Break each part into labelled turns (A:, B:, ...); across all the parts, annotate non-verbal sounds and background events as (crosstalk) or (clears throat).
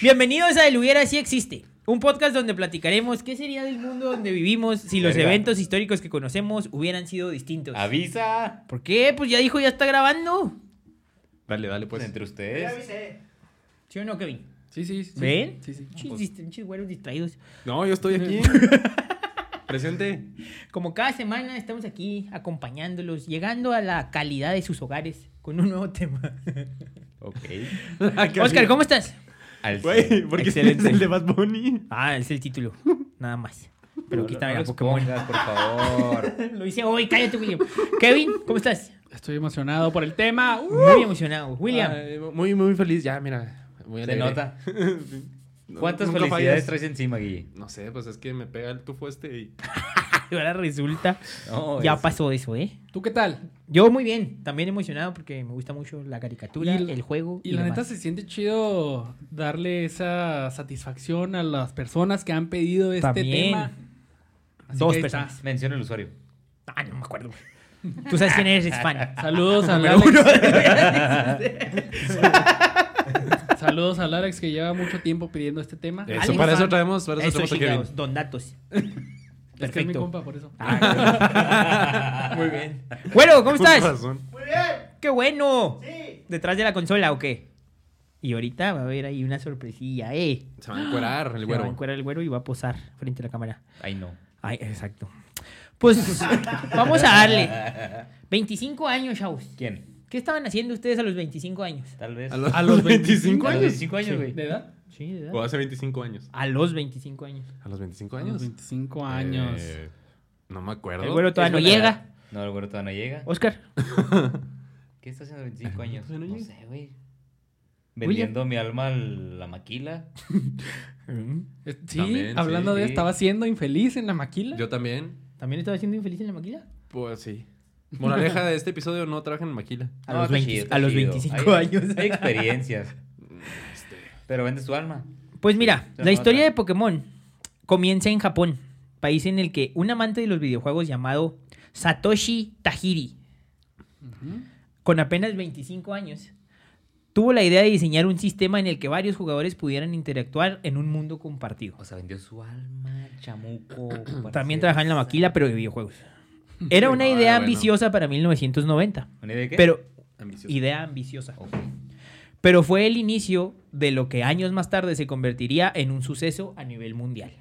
A: Bienvenidos a El Hubiera Si Existe, un podcast donde platicaremos qué sería del mundo donde vivimos si los
B: Verga.
A: eventos históricos que conocemos hubieran sido distintos.
B: Avisa.
A: ¿Por qué? Pues ya dijo, ya está grabando.
C: Dale, dale, pues.
B: Entre ustedes.
A: ¿Sí o no, Kevin?
C: Sí, sí, sí.
A: ¿Ven?
C: Sí, (laughs) sí.
A: Chis, dist- chis güeros distraídos.
C: No, yo estoy aquí. Presente.
A: Como cada semana estamos aquí acompañándolos, llegando a la calidad de sus hogares con un nuevo
B: (laughs)
A: tema.
B: Ok. Ah,
A: Oscar, ¿cómo estás?
B: Al
C: Güey,
B: cien.
C: porque
A: Excelente.
C: es el de Bad Bunny.
A: Ah, es el título, nada más. Pero aquí está
B: No
A: la
B: los
A: Pokémon.
B: pongas, por favor.
A: (laughs) Lo hice hoy, cállate, William. Kevin, ¿cómo estás?
C: Estoy emocionado por el tema.
D: Uh,
B: ¡Uh!
A: Muy emocionado. William.
C: muy, muy feliz. Ya, mira. Muy
B: Se
C: alegre.
B: nota.
C: No,
B: ¿Cuántas
C: nunca
B: felicidades
C: fallas.
B: traes encima, Guille?
C: No sé, pues es que me pega el tufo este y.
A: (laughs) Y ahora resulta.
B: No,
A: ya
B: es-
A: pasó eso, ¿eh?
C: ¿Tú qué tal?
A: Yo muy bien, también emocionado porque me gusta mucho la caricatura,
D: Y-
A: el juego.
D: Y la
A: demás.
D: neta se siente chido darle esa satisfacción a las personas que han pedido este
A: También.
D: tema. Así
A: Dos
D: que ahí
A: personas.
B: Menciona el usuario.
A: Ah, no me acuerdo. (laughs) Tú sabes quién eres, eres (laughs) fan.
D: está. Saludos al
A: Número uno.
D: Alex. Saludos al Alex que lleva mucho tiempo pidiendo este tema.
C: Eso,
A: Alex
C: para eso
A: Fan.
C: traemos, para eso,
A: Eso,
C: traemos a Kevin.
A: chingados, don Datos. (laughs)
D: Es que es mi
A: perfecto. Ah,
D: compa, por eso. (laughs)
A: Muy bien. Bueno, ¿cómo
C: Con
A: estás?
C: razón.
A: ¡Qué bueno! ¿Detrás de la consola o qué? Y ahorita va a haber ahí una sorpresilla, ¿eh?
C: Se va a (gasps) encuerar el
A: Se va a
C: güero.
A: encuerar el güero y va a posar frente a la cámara.
B: Ay, no.
A: Ay, exacto. Pues vamos a darle. 25 años, chavos.
B: ¿Quién?
A: ¿Qué estaban haciendo ustedes a los 25 años?
B: Tal vez.
C: A los,
D: A los
C: 25
B: A los
C: años.
B: 25 años, güey.
D: ¿De edad?
A: Sí, ¿verdad?
C: O hace 25 años.
A: A los 25 años.
C: ¿A los 25
D: A
C: años?
D: los 25 años.
C: Eh, no me acuerdo.
A: El güero todavía
B: Es
A: no
B: buena
A: llega.
B: edad. No, el güero todavía no llega.
A: Oscar.
B: ¿Qué está haciendo 25 años?
C: Todavía no
B: No
C: llega.
B: sé, güey. Vendiendo mi alma a la maquila.
D: Eh, Sí,
C: También,
D: hablando
B: sí,
D: de
B: sí.
D: estaba siendo infeliz en la maquila.
C: Yo también.
A: ¿También estaba siendo infeliz en la maquila?
C: Pues sí. Moraleja de este episodio, no trabajen en Maquila.
A: A
B: No,
A: los,
B: está
A: 20
B: chido, está
A: a los
B: chido.
A: 25
B: Hay-
A: años.
B: Hay experiencias.
C: (laughs) Este,
B: Pero vendes tu alma.
A: Pues mira,
B: Se
A: la historia
B: nota.
A: de Pokémon comienza en Japón, país en el que un amante de los videojuegos llamado Satoshi Tajiri, con apenas 25 años, tuvo la idea de diseñar un sistema en el que varios jugadores pudieran interactuar en un mundo compartido.
B: O sea, vendió su alma, chamuco.
A: También
B: parcero.
A: trabajaba en la maquila, pero de
B: (laughs)
A: videojuegos. Era una
C: Ah,
A: idea
C: bueno.
A: ambiciosa para 1990,
B: ¿Una idea de E qué?
A: pero
C: ambicioso.
A: idea ambiciosa.
B: Ok.
A: Pero fue el inicio de lo que años más tarde se convertiría en un suceso a nivel mundial.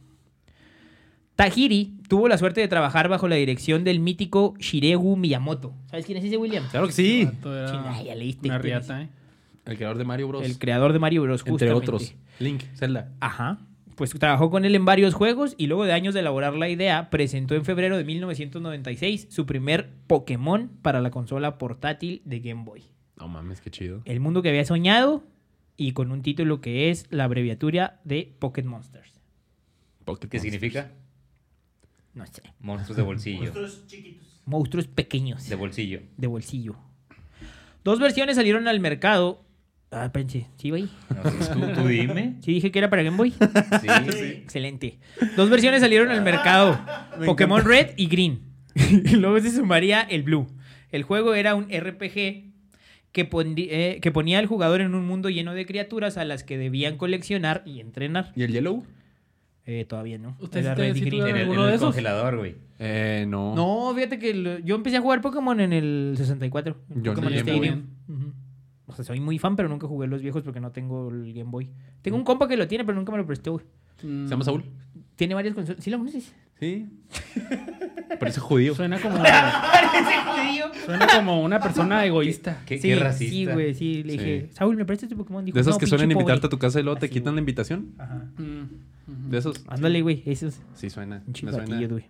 A: Tajiri tuvo la suerte de trabajar bajo la dirección del mítico Shiregu Miyamoto. ¿Sabes quién es ese William?
C: Claro que sí.
D: Vato era
A: Chinga, ya leíste
D: Una
A: quién es.
D: riata, ¿eh?
C: El creador de Mario Bros.
A: El creador de Mario Bros.
C: entre
A: justamente.
C: otros. Link, Zelda.
A: Ajá. Pues trabajó con él en varios juegos y luego de años de elaborar la idea, presentó en febrero de 1996 su primer Pokémon para la consola portátil de Game Boy.
C: No mames, qué chido.
A: El mundo que había soñado y con un título que es la abreviatura de Pocket Monsters.
C: Pocket
B: ¿Qué
C: Monsters.
B: significa?
A: No sé.
B: Monstruos de bolsillo.
A: Monstruos pequeños
B: De
A: de,
B: bolsillo.
A: bolsillo. Dos versiones salieron al mercado. Ah, pensé, sí, güey.
B: No sé, ¿tú, tú dime.
A: Sí dije que era para Game Boy.
B: Sí, sí.
A: Excelente. Dos versiones salieron al mercado. Pokémon Red y Green. (laughs) Y luego se sumaría el Blue. El juego era un RPG que, pondi- eh, que ponía al jugador en un mundo lleno de criaturas a las que debían coleccionar y entrenar.
C: ¿Y el Yellow?
A: Eh, todavía no.
D: ¿Ustedes
A: Era
D: te-
A: Red y
D: si
A: Green.
D: tuvieron
B: En el,
D: ¿Alguno
B: en el
D: de esos?
B: congelador, güey.
C: Eh, no.
A: No, fíjate que lo- yo empecé a jugar Pokémon en el 64. en
C: Yo en
A: Pokémon
C: el Game
D: Boy.
A: Stadium. Ujú. O sea, soy muy fan, pero nunca jugué los viejos porque no tengo el Game Boy. Tengo un compa que lo tiene, pero nunca me lo prestó. güey.
D: Mm,
C: ¿Se llama Saúl?
A: Tiene varias consolas. ¿Sí lo conoces?
C: (laughs) Sí. Parece judío.
D: Suena como,
A: (laughs) Sí,
D: suena como una persona egoísta.
B: Qué, qué racista.
A: Sí, güey, sí. Le
C: Sí.
A: dije, Saúl, ¿me prestas tu Pokémon? Dijo,
C: De esos
A: "No,
C: que
A: pinche
C: suelen invitarte a
A: pobre".
C: tu casa y luego te
A: Así,
C: quitan
A: güey.
C: la invitación.
A: Ajá.
D: Mm, ujú.
C: De esos.
A: Ándale, güey, esos.
C: Sí, suena.
A: Un
C: Me
A: chingo
C: suena.
A: gatillo,
C: (laughs)
A: güey.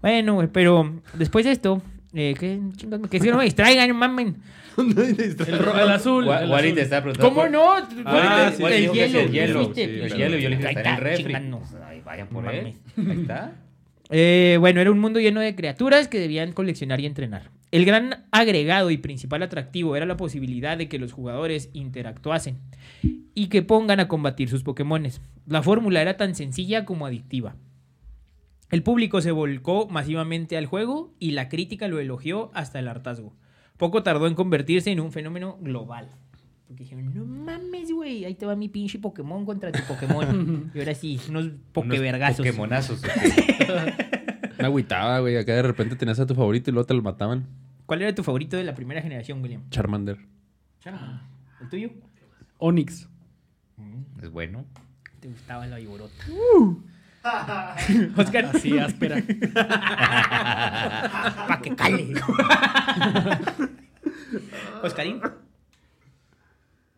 A: Bueno, güey, pero después de esto, eh, ¿qué chingas me- Que si no me distraigan, mamen.
D: El, ro- el azul.
B: Wa-
D: el
B: Wally
D: azul.
B: te está preguntando.
A: ¿Cómo no?
C: Ah, sí,
B: el,
C: dijo
B: hielo,
C: que
B: pues,
C: sí,
B: el hielo.
A: ¿Fuiste?
C: sí,
B: El
C: pero-
B: hielo, yo le dije
A: Ahí
B: que está en el
A: está,
B: refri.
A: chingando.
B: Pues, ay, vayan por
A: Mames.
B: él. Ahí está.
A: Eh, bueno, era un mundo lleno de criaturas que debían coleccionar y entrenar. El gran agregado y principal atractivo era la posibilidad de que los jugadores interactuasen y que pongan a combatir sus Pokémones. La fórmula era tan sencilla como adictiva. El público se volcó masivamente al juego y la crítica lo elogió hasta el hartazgo. Poco tardó en convertirse en un fenómeno global. Porque dijeron, no mames, güey, ahí te va mi pinche Pokémon contra tu Pokémon. y ahora sí, unos pokevergazos.
B: Pokémonazos. ok.
C: Me agüitaba, güey. Acá de repente tenías a tu favorito y luego te lo mataban.
A: ¿Cuál era tu favorito de la primera generación, William? Ah.
C: Charmander.
A: ¿El tuyo?
D: Onix.
B: Mm, Es bueno.
A: Te gustaba la viborota. Uh. Oscar.
D: Así, áspera.
A: (laughs) Pa' que cale. Oscarín.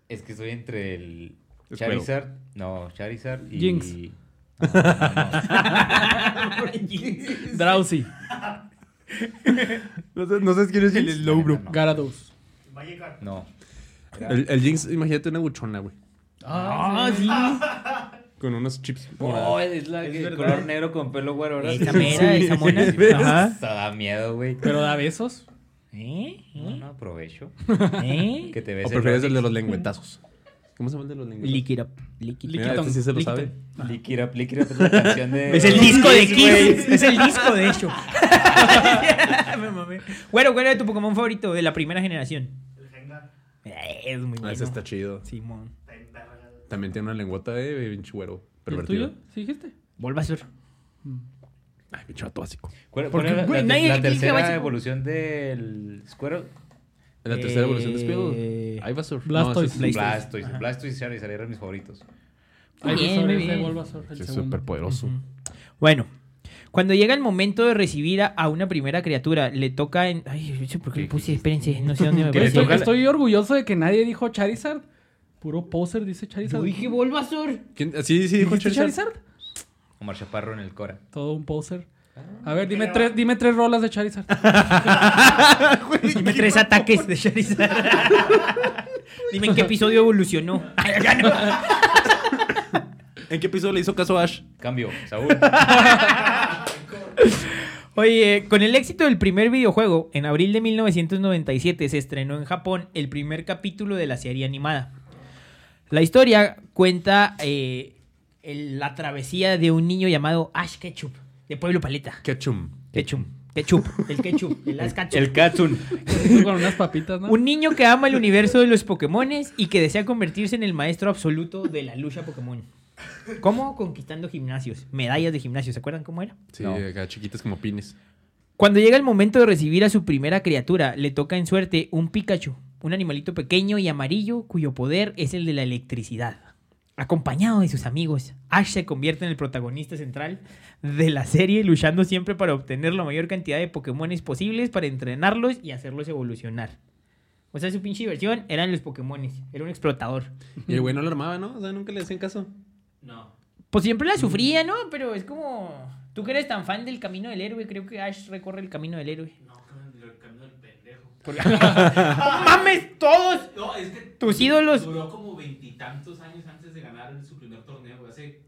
B: Es que estoy entre el
C: Es
B: Charizard. No, Charizard y.
D: Jinx.
B: No, no, no.
A: (laughs)
D: Drowsy.
C: (laughs) No, sé- no sabes quién es el Slowbro.
B: No.
D: Garados.
B: No.
C: El, el Jinx, imagínate una buchona, güey.
A: Ah, sí.
C: Con unos chips.
B: Oh,
C: morados.
B: es la que color negro con pelo güero. ¿verdad?
A: Esa mera, esa (laughs) mona.
B: Hasta da miedo, güey.
D: Pero da besos.
A: ¿Eh?
B: No,
A: ¿Eh?
B: no, aprovecho. (laughs)
A: ¿Eh?
B: Que te ves
C: ¿O prefieres el de los lengüetazos? ¿Cómo se llama el de los lengüetazos?
A: Lick it up. Lick it up.
C: Mira, este sí se lo
D: Liquitón,
C: sabe.
B: Lick It Up, Lick It Up es la canción
A: (laughs)
B: de...
A: Es el disco de
B: Kiss, güey.
A: Kiss. Es el disco, de hecho. (laughs) Me mamé. Bueno, ¿cuál era tu Pokémon favorito de la primera generación? El Gengar. Es muy
C: Ah,
A: bueno.
C: ese está chido.
A: Simón.
C: También tiene una lengüota de pinche güero.
D: ¿Y ¿El
C: Pervertido.
D: tuyo? ¿Sí dijiste?
A: Bulbasaur.
C: Ay, pinche vato básico.
B: ¿Cuál, cuál
A: Porque,
B: era la,
A: güey,
B: la-
A: nadie
B: la
A: le dice, güey,
B: tercera
A: sí.
B: evolución del Squirtle?
C: En la tercera
A: Eh,
C: evolución de Squirtle. Ivasaur.
D: Blastoise.
C: ese
A: Blastoise.
B: Blastoise. Blastoise y Charizard eran mis favoritos.
A: Muy
D: Hay
A: bien,
D: visores
A: muy bien.
D: de Bulbasaur, el
C: es- es
D: segundo.
C: súper poderoso.
A: Bueno, cuando llega el momento de recibir a, a una primera criatura, le toca en. Ay, yo sé por qué le puse, espérense, no sé dónde me
D: (laughs) Que
A: puse.
D: Estoy,
B: toca la-
D: estoy orgulloso de que nadie dijo Charizard. Puro poser dice Charizard.
A: Yo dije Bulbasaur.
C: ¿Quién? Ah, Sí, sí, dijo
D: ¿Dijiste
C: Charizard.
D: Charizard?
B: Omar Chaparro en el Cora.
D: Todo un poser. A ver, dime tres, dime tres rolas de Charizard.
A: (laughs) Dime (laughs) tres ataques de Charizard. (laughs) Dime en qué episodio evolucionó. (laughs) Ay, ya no.
C: ¿En qué episodio le hizo caso a Ash?
B: Cambio, Saúl.
A: Oye, con el éxito del primer videojuego, en abril de 1997 se estrenó en Japón el primer capítulo de la serie animada. La historia cuenta eh, el- la travesía de un niño llamado Ash Ketchup, de Pueblo Paleta.
C: Ketchum.
A: Ketchup, Ketchup, el Ketchup, el Ash Ketchup.
B: el Katsun.
D: Tú con unas
A: (laughs)
D: papitas, ¿no?
A: Un niño que ama el universo de los Pokémones y que desea convertirse en el maestro absoluto de la lucha Pokémon. ¿Cómo? Conquistando gimnasios, medallas de gimnasio, ¿se acuerdan cómo era?
C: Sí,
B: No.
C: acá chiquitas como pines.
A: Cuando llega el momento de recibir a su primera criatura, le toca en suerte un Pikachu, un animalito pequeño y amarillo cuyo poder es el de la electricidad. Acompañado de sus amigos, Ash se convierte en el protagonista central de la serie, luchando siempre para obtener la mayor cantidad de Pokémones posibles para entrenarlos y hacerlos evolucionar. O sea, su pinche diversión eran los Pokémones, era un explotador.
C: Y el güey no lo armaba, ¿no? O sea, nunca le hacían caso.
A: Pues siempre la sufría, ¿no? Pero es como... Tú que eres tan fan del camino del héroe, creo que Ash recorre el camino del héroe.
E: No, el camino del pendejo.
A: (laughs) ¡Mames todos!
E: No, es que.
A: Tus ídolos.
E: Duró como veintitantos años antes de ganar su primer torneo, güey. Hace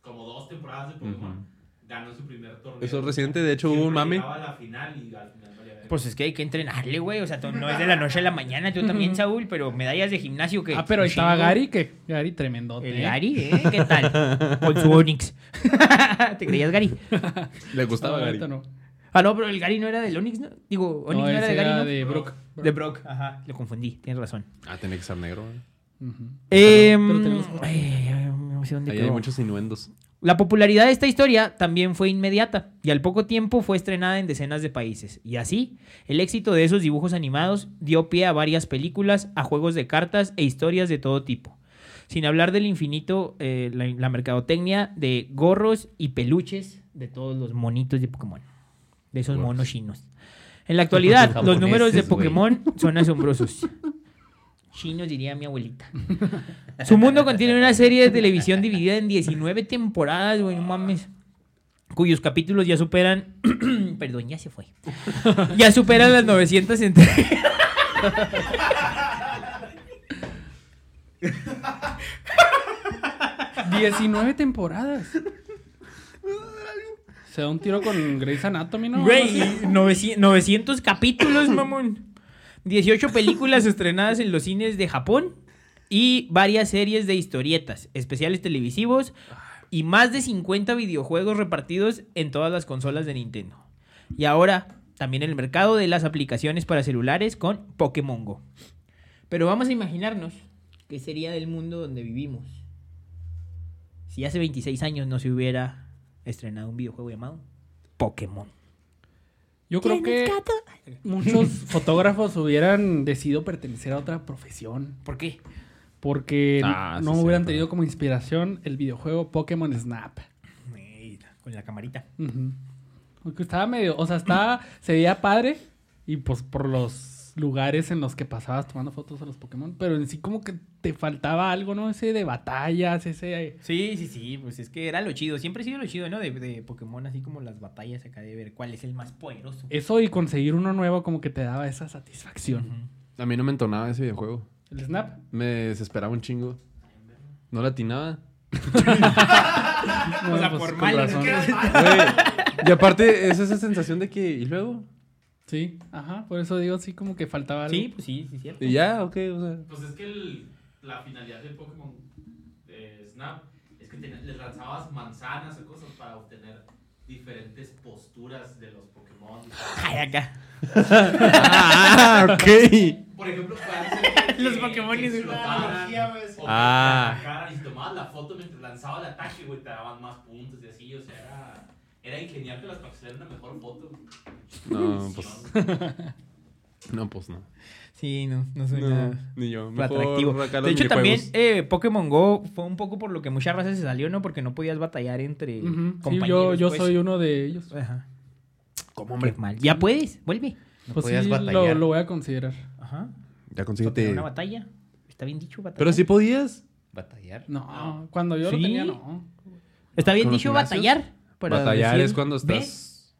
E: como dos temporadas de Pokémon. Ganó su primer torneo.
C: Eso es reciente, de hecho, hubo un
E: Siempre
C: mame.
E: llegaba a la final y al final valía verga.
A: Pues es que hay que entrenarle, güey. O sea, tú- no es de la noche a la mañana, tú también, Saúl, pero medallas de gimnasio que.
D: Ah, pero ahí
A: un
D: estaba
A: chingo.
D: Gary, que Gary tremendo.
A: El Gary, ¿eh? ¿Qué tal? Con su Onix. (laughs) ¿Te creías Gary?
C: Le gustaba Gary.
D: No,
A: Ah, no, pero el Gary no era del Onix, ¿no? Digo, Onix no,
D: no,
A: era
D: ese
A: de Gary,
D: era
A: ¿no?
D: de Brook.
A: De Brock, ajá. Lo confundí, tienes razón.
C: Ah, tenía que ser negro. güey.
D: Ujú.
A: Eh,
D: Pero tenemos-
A: no sé dónde
C: Ahí hay
A: quedó.
C: muchos innuendos.
A: La popularidad de esta historia también fue inmediata y al poco tiempo fue estrenada en decenas de países. Y así, el éxito de esos dibujos animados dio pie a varias películas, a juegos de cartas e historias de todo tipo. Sin hablar del infinito, eh, la, la mercadotecnia de gorros y peluches de todos los monitos de Pokémon. De esos
C: Gorros.
A: monos chinos. En la actualidad, los
B: Japoneses,
A: números de
B: güey.
A: Pokémon son asombrosos. Chinos diría mi abuelita. Su mundo contiene una serie de televisión dividida en 19 temporadas, güey, no mames. Cuyos capítulos ya superan. (clears throat) Perdón, ya se fue. Ya superan las 900 entregas.
D: Ujú. 19
C: (laughs)
D: temporadas. Se da un tiro con Grey's Anatomy, ¿no?
A: Güey,
D: Algo así.
A: 900, 900 capítulos, mamón. 18 películas estrenadas en los cines de Japón y varias series de historietas, especiales televisivos y más de 50 videojuegos repartidos en todas las consolas de Nintendo. Y ahora también el mercado de las aplicaciones para celulares con Pokémon Go. Pero vamos a imaginarnos ¿Qué sería del mundo donde vivimos? Si hace 26 años no se hubiera estrenado un videojuego llamado Pokémon.
D: Yo creo que
C: (laughs)
D: muchos fotógrafos hubieran decidido pertenecer a otra profesión.
A: ¿Por qué?
D: Porque
C: Ah,
D: no
C: sí,
D: hubieran
C: cierto.
D: tenido como inspiración el videojuego Pokémon Snap.
A: Con la camarita.
D: Ujú. Porque estaba medio, o sea, estaba, se veía padre y pues por los lugares en los que pasabas tomando fotos a los Pokémon, pero en sí como que te faltaba algo, ¿no? Ese de batallas, ese...
A: Sí, sí, sí, pues es que era lo chido. Siempre ha sido lo chido, ¿no? De, de Pokémon, así como las batallas acá de ver cuál es el más poderoso.
D: Eso y conseguir uno nuevo como que te daba esa satisfacción.
C: A mí no me entonaba ese videojuego.
D: El Snap.
C: Me desesperaba un chingo. No la atinaba.
E: Ah,
A: O sea,
D: pues,
A: por
D: con
A: mal,
D: razón.
A: es que-
C: Güey, Y aparte es esa sensación de que... ¿Y luego?
D: Sí, ajá, por eso digo, sí como que faltaba algo.
A: Sí, pues sí, sí, cierto.
C: Y ya, ok, o sea...
E: Pues es que el- la finalidad del Pokémon eh, Snap es que tenía- les lanzabas manzanas o cosas para obtener diferentes posturas de los Pokémon.
A: Ay, acá.
C: Ah, ok.
E: Por ejemplo, puede
A: (laughs)
E: ser que-
A: Los
E: que-
A: Pokémon
E: que
A: es una
E: explotaran,
F: analogía, güey, sí.
E: o que
C: Ah.
E: te atacaran Y si tomabas la foto mientras lanzaba el ataque, güey, te daban más puntos y así. O sea, era, era ingeniar que las para que saliera una mejor foto.
C: No, pues... No, pues no.
A: Sí, no, no soy
C: No,
A: nada.
C: ni yo. Mejor
A: atractivo.
C: acá los
A: De hecho, también
C: minijuegos.
A: eh, Pokémon Go fue un poco por lo que muchas razas se salió, ¿no? Porque no podías batallar entre
D: Ujú, sí,
A: compañeros.
D: yo, yo
A: pues.
D: soy uno de ellos.
A: Ajá.
C: ¿Cómo,
A: Hombre,
C: hombre?
A: mal. Ya puedes, vuelve.
D: Pues
B: podías
D: sí, lo,
B: batallar.
D: lo voy a considerar.
A: Ajá.
C: Ya
A: Tener
C: consíguete...
A: Una batalla. Está bien dicho, batalla.
C: Pero si podías.
B: Batallar.
D: No, cuando yo
A: Sí.
D: lo tenía, no.
A: Está bien
C: ¿Con los
A: dicho
C: gimnasios?
A: batallar. para
C: Batallar
A: decir,
C: es cuando
A: "Ve",
C: estás...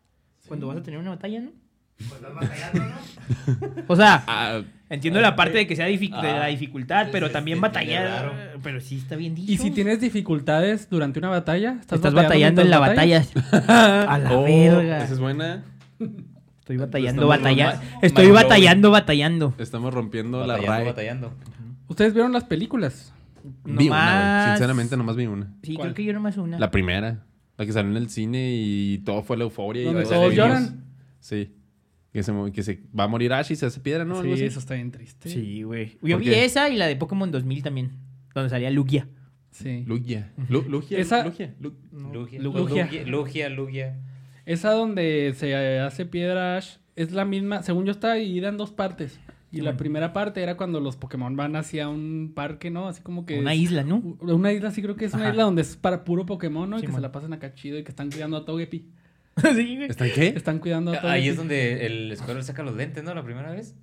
A: Cuando vas a tener una batalla, ¿no?
F: Pues estás batallando, ¿no?
A: O sea,
C: Ah,
A: entiendo la parte de que sea dific- de la
B: Ah.
A: dificultad, pero
B: Se-
A: también
B: se entiende
A: batallar.
B: raro.
A: Pero sí está bien dicho.
D: Y si tienes dificultades durante una batalla, estás,
A: Estás batallando en la
D: mientras batallas?
A: batalla. A la verga.
C: Esa Oh, es buena.
A: Estoy batallando,
C: Estamos
A: batallando.
C: mal-
A: Estoy
C: mal
A: batallando, batallando.
C: Estamos rompiendo
B: Batallando,
C: la raya.
B: batallando.
D: ¿Ustedes vieron las películas?
C: Vi una,
A: Nomás-
C: güey. Sinceramente, nomás vi una.
A: Sí,
D: ¿Cuál?
A: creo que yo nomás una.
C: La primera. La que salió en el cine y todo fue la euforia. y
D: Donde
C: varios
D: todos
C: niños.
D: lloran.
C: Sí. Que se, mu- que se va a morir Ash y se hace piedra, ¿no? Algo
D: sí,
C: así.
D: eso está bien triste.
A: Sí, güey. Yo
C: ¿Por
A: vi
C: qué?
A: esa y la de Pokémon 2000 también, donde salía Lugia.
D: Sí.
C: Lugia. Lu- Lugia.
D: Esa-
C: Lugia. Lu-
B: Lugia.
D: Lugia.
B: Lugia. Lugia. Lugia.
D: Esa donde se eh, hace piedra Ash es la misma, según yo está dividida en dos partes. Y la
A: Ujú.
D: primera parte era cuando los Pokémon van hacia un parque, ¿no? Así como que...
A: Una
D: es-
A: isla,
D: (laughs)
A: ¿no?
D: Una isla, sí creo que es una
A: Ajá.
D: isla donde es para puro Pokémon, ¿no? y que
A: Simón.
D: se la pasan acá chido y que están cuidando a Togepi.
A: sí, güey.
C: ¿Están qué?
D: Están cuidando a Togepi.
B: Ahí es donde el Squirrel saca los lentes, ¿no? La primera vez.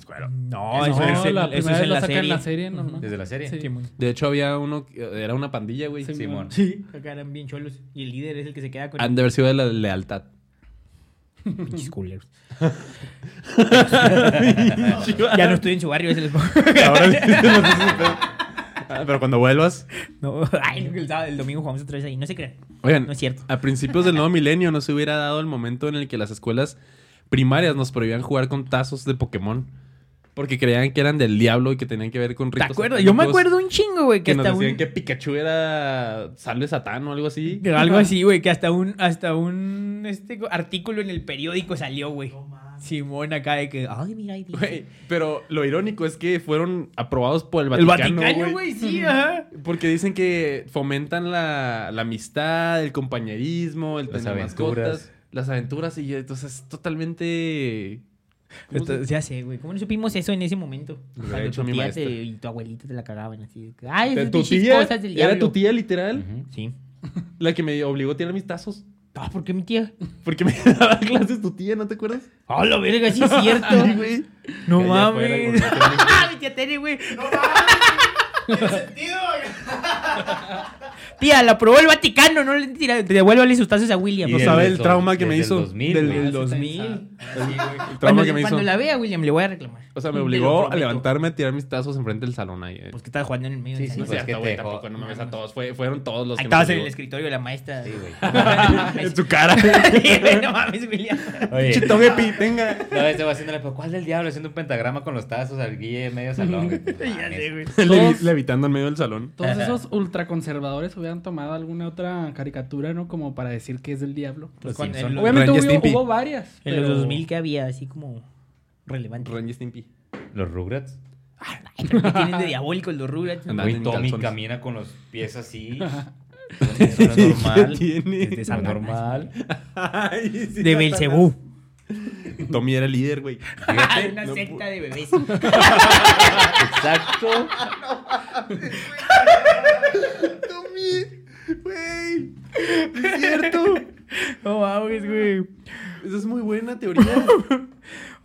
A: No,
D: No,
A: eso es, en-
D: la
A: eso
D: primera
A: es
D: vez
A: en
D: lo
A: la
D: sacan
A: serie.
D: en la serie, normal.
B: Desde la serie.
D: Sí.
A: Simón.
C: De hecho, había uno... que- Era una pandilla, güey.
D: Sí.
B: Simón.
A: Sí, acá eran bien cholos. Y el líder es el que se queda con
C: Han de haber sido de la lealtad.
A: pinches
C: (laughs)
A: culeros. ya no estoy en su barrio, ese les pongo.
C: (laughs) Ahora sí. Ah, Pero cuando vuelvas...
A: (laughs) No, ay, el, sábado, el domingo jugamos otra vez ahí. No se crean.
C: Oigan,
A: No es cierto.
C: A principios del nuevo milenio no se hubiera dado el momento en el que las escuelas primarias nos prohibían jugar con tazos de Pokémon. Porque creían que eran del diablo y que tenían que ver con
A: ¿Te
C: ritos.
A: acuerdas? Yo me
C: satánicos,
A: acuerdo un chingo, güey, que,
C: Que nos
A: hasta un...
C: decían que Pikachu era salve Satán o algo así.
A: (laughs) que Algo así, güey, que hasta un, hasta un este, artículo en el periódico salió, güey. Simón acá de que, ay, mira, ahí dice".
C: Güey, pero lo irónico es que fueron aprobados por el
A: El
C: Vaticano.
A: Vaticano, güey,
C: güey.
A: sí, ajá.
C: Porque dicen que fomentan la, la amistad, el compañerismo, el
B: Las
C: tener
B: aventuras.
C: mascotas, las aventuras. Y entonces es totalmente. ¿cómo se-
A: Esto- ya sé, güey. ¿Cómo no supimos eso en ese momento?
C: Lo hubiera
A: Cuando
C: hecho
A: tu
C: mi
A: tía
C: maestra.
A: te- y tu abuelita te la cagaban así. de que, Ay,
C: ¿De
A: esas
C: tu
A: pinches
C: tía?
A: cosas del
C: ¿Era
A: diablo".
C: tu tía literal?
B: Ujú.
A: Sí.
C: La que me obligó a tirar mis tazos.
A: Ah, ¿por qué mi tía?
C: Porque me (laughs) daba clases tu tía, ¿no te acuerdas?
A: ¡Ah, la verga! (laughs) Sí, es cierto.
C: Sí, güey.
A: no
B: Ella fue la que
A: mames.
B: volvió a
A: ¡Ah, mi tía Tere, güey!
F: No mames. Tiene sentido, güey.
A: Tía, la probó el Vaticano. No le tira, devuélvale sus tazos a William. Pues,
B: Y
C: No
A: por favor.
B: desde
C: sabe el
B: el dos-
C: trauma que me
B: desde el
C: hizo.
B: 2000,
C: del
B: güey.
C: del
D: Ah, sí,
C: 2000.
D: está-
C: El trauma
A: Cuando,
C: que me hizo.
A: cuando la vea, William, le voy a reclamar.
C: O
A: (laughs)
C: sea, me
A: Te lo
C: obligó a
A: prometo.
C: levantarme a tirar mis tazos enfrente del salón ahí. eh.
A: Pues que estaba jugando en el medio
B: Sí,
A: del
B: sí,
A: salón.
C: no
B: pues,
C: sé,
B: es que
C: hasta, güey,
B: te dejó-
C: tampoco no me ves a todos. Fue- fueron todos los
A: Ahí
C: que
A: estabas
C: me
A: en el
C: obligó.
A: escritorio de la maestra.
B: Sí,
A: (laughs)
B: güey.
C: En su cara. (laughs)
A: Sí, güey, no mames, William.
B: Oye. (laughs)
C: Chito Gepi, tenga.
B: No, ese va haciéndole, pues, ¿cuál del diablo? Haciendo un pentagrama con los tazos al guille en medio salón. (laughs) güey.
A: Ya sé, güey.
C: Levi-
D: Todos-
C: Levitando en medio del salón.
D: Todos esos ultraconservadores hubieran tomado alguna otra caricatura, ¿no? Como para decir que es del diablo.
A: Pues
B: Los
A: cuando-
B: Simpson.
A: en los-
D: Obviamente
C: Ren y
D: hubo,
C: Stimpy.
D: hubo varias.
A: En
D: pero-
A: los 2000 que había así como relevante.
C: Ren y Stimpy.
B: Los Rugrats.
A: Ay, pero me tienen de diabólicos los Rugrats.
C: Anda.
B: Güey,
C: en
B: Tommy
C: calzones.
B: camina con los pies (laughs) así. Eso (laughs) no es normal.
C: tiene?
B: Es normal. (laughs)
A: De Belcebú.
C: Tommy era el líder, güey.
A: Hay
B: Fíjate,
A: una
B: no
A: secta de
B: (laughs)
A: bebés.
C: (laughs)
B: Exacto.
C: Tommy, güey. Es cierto.
A: No mames, güey.
C: Esa es muy buena teoría.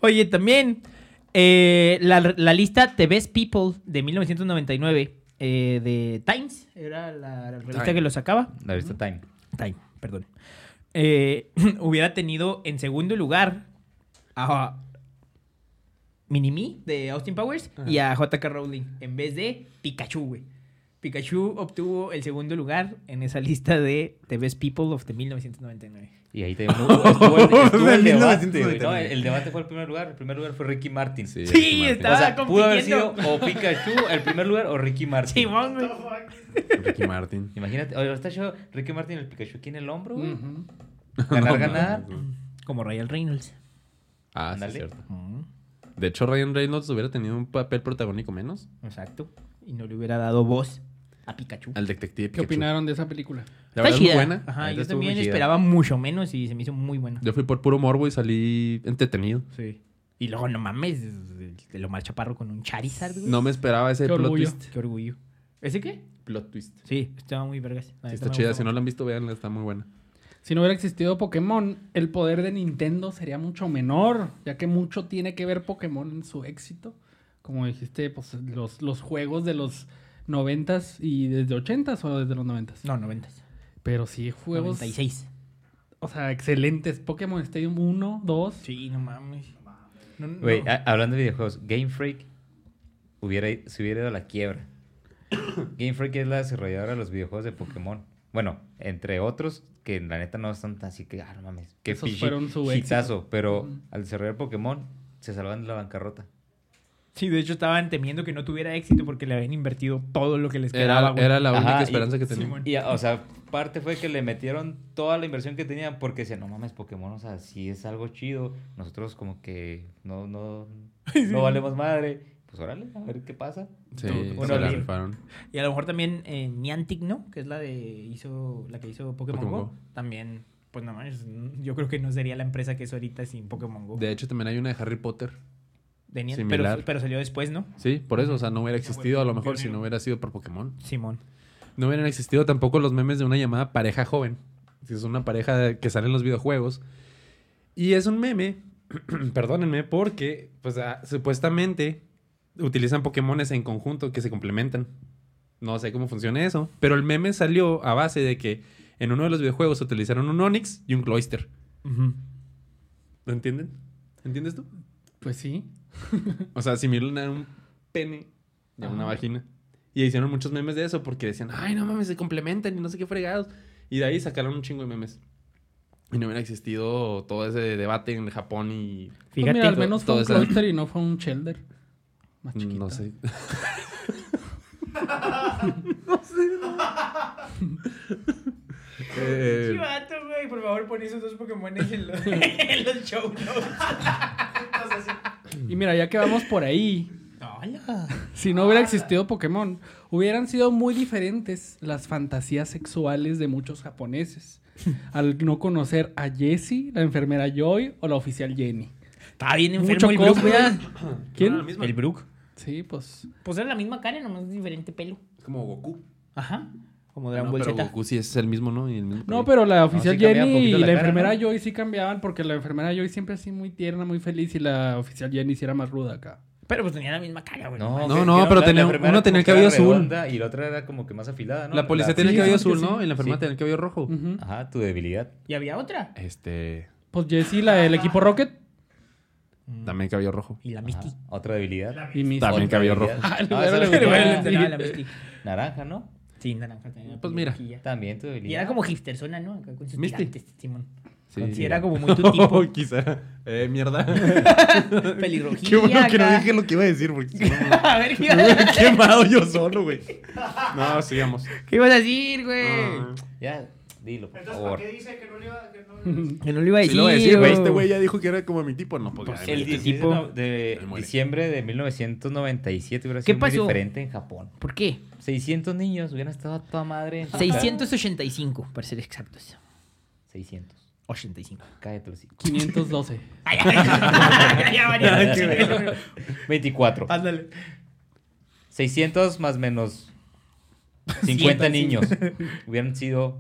A: Oye, también eh, la, la lista The Best People de 1999 eh, de Times, era la revista
C: Time.
A: que lo sacaba.
B: La vista Time.
A: Time, perdón. Eh, (clears throat) hubiera tenido en segundo lugar a Minimi de Austin Powers y a JK Rowling en vez de Pikachu, güey. Pikachu obtuvo el segundo lugar en esa lista de The Best People of the 1999.
B: Y (laughs) ahí te estuvo, el- (laughs) estuvo el
C: De
B: debate, güey, ¿no?
C: 1999.
B: El, el debate fue el primer lugar. El primer lugar fue Ricky Martin.
C: Sí.
A: Sí,
C: Martin.
A: estaba
B: o sea, pudo haber sido
A: compitiendo.
B: o
D: (laughs)
B: Pikachu el primer lugar o Ricky Martin.
A: Simón, güey.
C: Ricky Martin.
B: Imagínate, oye, está yo Ricky Martin el Pikachu aquí en el hombro, güey.
C: (laughs)
D: Ujú.
B: Ganar,
C: No,
B: ganar.
C: mames, güey.
A: Como Ryan Reynolds. Mm,
C: Ah, sí,
B: Ándale.
C: es cierto. De hecho, Ryan Reynolds hubiera tenido un papel protagónico menos.
A: Exacto. Y no le hubiera dado voz a Pikachu.
C: Al detective.
D: ¿Qué
C: Pikachu.
D: opinaron de esa película?
C: La verdad es muy buena. La
A: Ajá,
C: neta
A: yo
C: estuvo muy
A: también
C: chida.
A: esperaba mucho menos y se me hizo muy buena.
C: Yo fui por puro morbo y salí entretenido.
A: Sí. Y luego, no mames, te lo marcha parro con un Charizard, güey.
C: No me esperaba ese
D: Qué
C: plot
D: orgullo.
C: twist.
A: Qué orgullo. ¿Ese qué?
C: Plot twist.
A: Sí, estaba muy vergas. La neta
C: Sí, está
A: me
C: chida.
A: gustó
C: Si no la han visto, véanla. Está muy buena.
D: Si no hubiera existido Pokémon, el poder de Nintendo sería mucho menor, ya que mucho tiene que ver Pokémon en su éxito. Como dijiste, pues los, los juegos de los 90s y desde 80s o desde los 90s.
A: mucho. No, 90.
D: Pero sí, juegos.
A: 96.
D: O sea, excelentes. Pokémon Stadium 1, 2.
A: Sí, no mames. No, no.
B: Güey, a- hablando de videojuegos, Game Freak hubiera, se hubiera ido a la
C: (coughs)
B: quiebra. Game Freak es la desarrolladora de los videojuegos de Pokémon. Bueno, entre otros, que la neta no son tan así que, ah, no mames, qué
D: Esos
B: pinche
D: fueron su éxito.
B: hitazo, Pero al desarrollar Pokémon, se salvan de la bancarrota.
A: Sí, de hecho estaban temiendo que no tuviera éxito porque le habían invertido todo lo que les quedaba,
C: Era,
A: güey.
C: era la
B: Ajá,
C: única
B: y-
C: esperanza que tenía.
A: Simón.
B: Y, o sea, parte fue que le metieron toda la inversión que tenían porque decían, no mames, Pokémon, o sea, sí es algo chido. Nosotros como que no, no, no valemos madre. Pues órale, a ver qué pasa.
C: Sí,
B: Bueno,
C: se la
B: Lin.
C: rifaron.
A: Y a lo mejor también eh, Niantic, ¿no? Que es la de hizo la que hizo Pokémon,
C: Pokémon
A: Go.
C: Go.
A: También, pues no mames, yo creo que no sería la empresa que es ahorita sin Pokémon Go.
C: De hecho, también hay una de Harry Potter.
A: De Niantic,
C: similar.
A: pero, pero salió después, ¿no?
C: Sí, por eso, o sea, no hubiera existido a lo mejor si
A: pionero.
C: no hubiera sido por Pokémon.
A: Simón.
C: No hubieran existido tampoco los memes de una llamada pareja joven. que Es una pareja que sale en los videojuegos. Y es un meme, (clears throat) perdónenme, porque pues, ah, supuestamente utilizan Pokémones en conjunto que se complementan. No sé cómo funciona eso. Pero el meme salió a base de que en uno de los videojuegos utilizaron un Onix y un Cloyster. ¿Lo entienden? ¿Entiendes tú?
D: Pues sí.
C: O sea, asimilan a un pene de una vagina. Y hicieron muchos memes de eso porque decían, ay, no mames, se complementan y no sé qué fregados. Y de ahí sacaron un chingo de memes. Y no hubiera existido todo ese debate en Japón y...
D: Pues
A: Fíjate,
D: mira, al
A: to- Mm,
D: menos fue
C: todo
D: un
C: esa-
D: Cloyster y no fue un Shelder. Más chiquito.
C: No sé.
A: Sí,
C: (laughs) Eh,
A: vato, güey. Por favor, pon esos dos Pokémones en los, (laughs) en los show notes.
D: Y mira, ya que vamos por ahí,
A: Hola.
D: Si no
B: Ah.
D: hubiera existido Pokémon, hubieran sido muy diferentes las fantasías sexuales de muchos
B: (laughs)
D: japoneses. Al no conocer a Jessie, la enfermera Joy o la oficial Jenny.
A: Estaba bien enfermo
D: Mucho
A: el Brook,
D: cosplay.
C: ¿eh?
A: ¿verdad?
D: ¿Quién?
A: El Brook.
D: Sí, pues.
A: Pues era la misma cara, nomás diferente pelo.
C: es como Goku.
A: Ajá. Como
C: No,
A: Dragon Ball
C: pero
A: Z.
C: Goku sí es el mismo, ¿no? Y el mismo
D: No,
C: cabello.
D: pero la oficial
B: sí cambiaba
D: Jenny y
B: poquito
D: la,
B: la cara,
D: enfermera
B: ¿no?
D: Joy sí cambiaban porque la enfermera Joy siempre así muy tierna, muy feliz y la oficial Jenny sí era más ruda acá.
A: Pero pues tenía la misma cara, güey.
C: No,
B: No,
C: no, pero tenía- uno tenía el cabello azul.
B: Y la otra era como que más afilada, ¿no?
C: La policía tiene
D: sí,
C: el cabello
D: sí,
C: azul,
D: sí. Mm.
C: ¿no? Y la enfermera
B: Sí.
C: tiene el cabello rojo.
D: Ujú.
B: Ajá, tu debilidad.
A: Y había otra.
C: Este...
D: Pues Jessie, la del equipo Rocket.
C: También cabello rojo.
A: Y la
B: Ajá,
A: Misty.
B: Otra debilidad.
D: Y Misty.
C: También cabello rojo.
B: debilidad.
D: Ah, el
B: Ah,
D: güero
B: esa
D: le
B: es
A: Pero bueno,
D: Ah,
A: le entrenaba la Misty.
B: Naranja, ¿no?
A: Sí, naranja. tenía
C: Pues mira.
A: peluquilla.
B: También tu debilidad.
A: Y era como hipsterzona, ¿no? Acá Con sus
C: Misty.
A: tirantes, Simón.
C: Sí.
A: Sí, era como muy tu tipo.
C: (laughs) Quizá. Eh, mierda. (laughs)
A: Pelirrojilla.
C: Qué bueno que no
A: acá.
C: dije lo que iba a decir porque si no (laughs) me
A: A ver, ¿qué ibas
C: me
A: a,
C: hubiera quemado yo solo, güey. No, sigamos.
A: qué ibas a decir, güey?
C: Ah,
B: Ya, Dilo, por
F: Entonces, ¿por
B: favor.
F: qué dice que no le iba, que no le iba
A: Que no lo iba a
C: Sí
A: decir.
C: lo voy a decir, güey.
A: Pues güey.
C: Este güey ya dijo que era como mi tipo. No, pues,
B: El
C: ya,
B: 16
A: tipo-
B: de, no- de
C: Me muere.
B: diciembre de 1997 hubiera
A: ¿Qué
B: sido muy
A: pasó?
B: diferente en Japón.
A: ¿Por qué?
B: 600 niños hubieran estado a toda madre. en su
A: 685, para ser exactos.
B: casa. 600.
A: 85.
B: Cállate, los hijos.
D: 512.
A: Ay, ay, ay. Ya
B: (laughs)
A: variaron.
B: 24.
A: Ándale.
B: 600 más menos 50 niños hubieran sido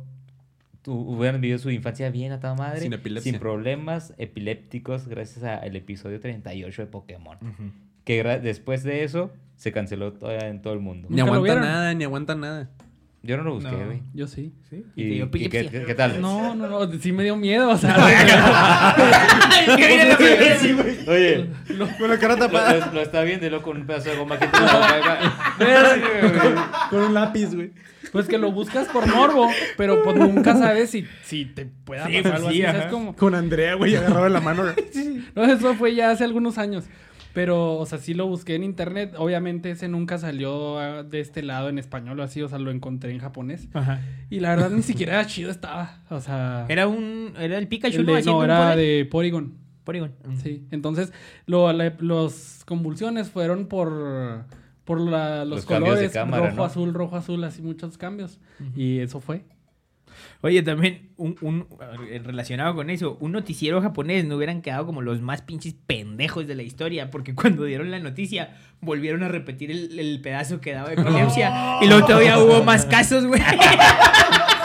B: tu- hubieran vivido su infancia bien a toda madre
C: Sin epilepsia.
B: sin problemas epilépticos gracias al episodio 38 de Pokémon que gra- después de eso se canceló to- en todo el mundo
C: Ni
D: ¿Nunca lo
C: aguanta
D: vieron?
C: nada, ni aguanta nada. (laughs)
B: yo no lo busqué
D: No,
B: güey
D: yo sí.
A: Y te dio
B: ¿Y qué,
A: epilepsia.
B: qué- qué tal
D: No, no, no, sí me dio miedo, o sea.
B: oye
C: Con la cara
B: lo, (laughs) lo- lo está viendo y luego con un pedazo de goma que te lo
A: (laughs)
B: Verga,
C: Con un lápiz, güey.
D: pues que lo buscas por morbo, pero pues nunca sabes si, si te pueda pasar
B: pues,
D: algo así, o sea, es como-
C: Con Andrea, güey, agarrado de la mano.
D: No, eso fue ya hace algunos años. Pero, o sea, sí lo busqué en internet. Obviamente ese nunca salió ah, de este lado en español o así. O sea, lo encontré en japonés.
A: Ajá.
D: Y la verdad ni siquiera chido estaba. O sea...
A: Era un. Era el Pikachu,
D: el
A: ¿no?
D: de-
A: Haciendo un
D: no, era
A: poder.
D: de Porygon.
A: Porygon. Mm.
D: Sí. Entonces, lo, la- los convulsiones fueron por, por la- los,
B: Los cambios de
D: colores.
B: cámara,
D: rojo,
B: ¿no?
D: azul, rojo, azul. Así muchos cambios. Y eso fue.
A: Oye, también, un, un- eh, relacionado con eso, un noticiero japonés no hubieran quedado como los más pinches pendejos de la historia, porque cuando dieron la noticia, volvieron a repetir el, el pedazo que daba de epilepsia, y luego todavía hubo más casos, güey.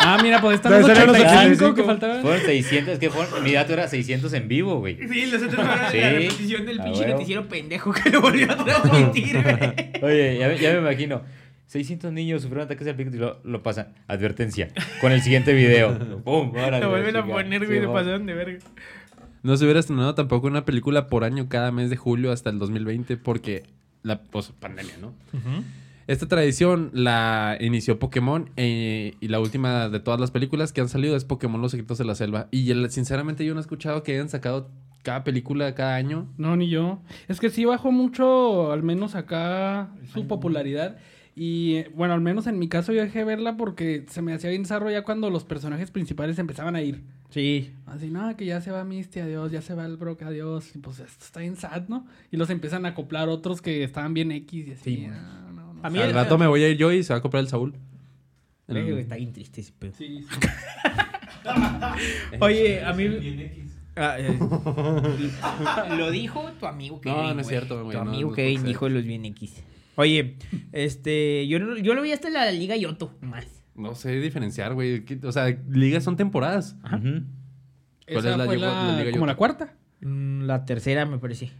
D: Ah, mira, pues
C: (laughs)
D: están
C: Debe
D: los
C: ser en los
D: 85 que
C: 85.
D: faltaban.
B: fueron 600 es que fueron- mi dato era 600 en vivo güey
A: (laughs) Sí, los otros fueron
B: Sí.
A: la repetición del
B: Ah,
A: pinche
B: huevo.
A: noticiero pendejo que lo volvió a transmitir,
B: (laughs)
A: güey.
B: Oye, ya, me- ya me imagino. 600 niños sufrieron ataques al pico y lo, lo pasan. Advertencia. Con el siguiente video. ¡Pum! Ahora
A: Lo vuelven a poner, güey, lo pasaron de verga.
C: No se hubiera estrenado tampoco una película por año cada mes de julio hasta el 2020 porque la pues, pandemia, ¿no? Esta tradición la inició Pokémon eh, y la última de todas las películas que han salido es Pokémon Los Secretos de la Selva. Y el- sinceramente yo no he escuchado que hayan sacado cada película cada año.
D: No, ni yo. Es que sí bajó mucho, al menos acá, su popularidad. Y eh, bueno, al menos en mi caso yo dejé de verla porque se me hacía bien zarro ya cuando los personajes principales empezaban a ir.
A: Sí.
D: Así, no, que ya se va Misty, adiós, ya se va el Brock, adiós. Y pues esto está bien sad, ¿no? Y los empiezan a acoplar otros que estaban bien X y así.
C: Sí,
D: ah, no, no.
A: A mí
C: Al
A: el-
C: rato me voy a ir yo y se va a comprar el Saúl.
A: Güey,
C: El-
A: Está bien triste ese pedo.
D: Sí, sí.
A: Oye, a mí...
E: Bien X.
A: Ah, eh, lo dijo tu amigo Kevin.
C: no es
A: güey.
C: cierto,
A: Tu
C: güey, no,
A: amigo
C: no puede
A: Kevin
C: ser.
A: dijo los bien X. Oye, este, yo, no- yo lo vi hasta la Liga Yoto, más.
C: No sé diferenciar, güey. ¿Qué- O sea, ligas son temporadas. ¿Cuál
D: Esa
C: es la
D: fue
C: yo-
D: la-
C: la liga yo-
D: como la cuarta.
A: Mm, La tercera, me parece.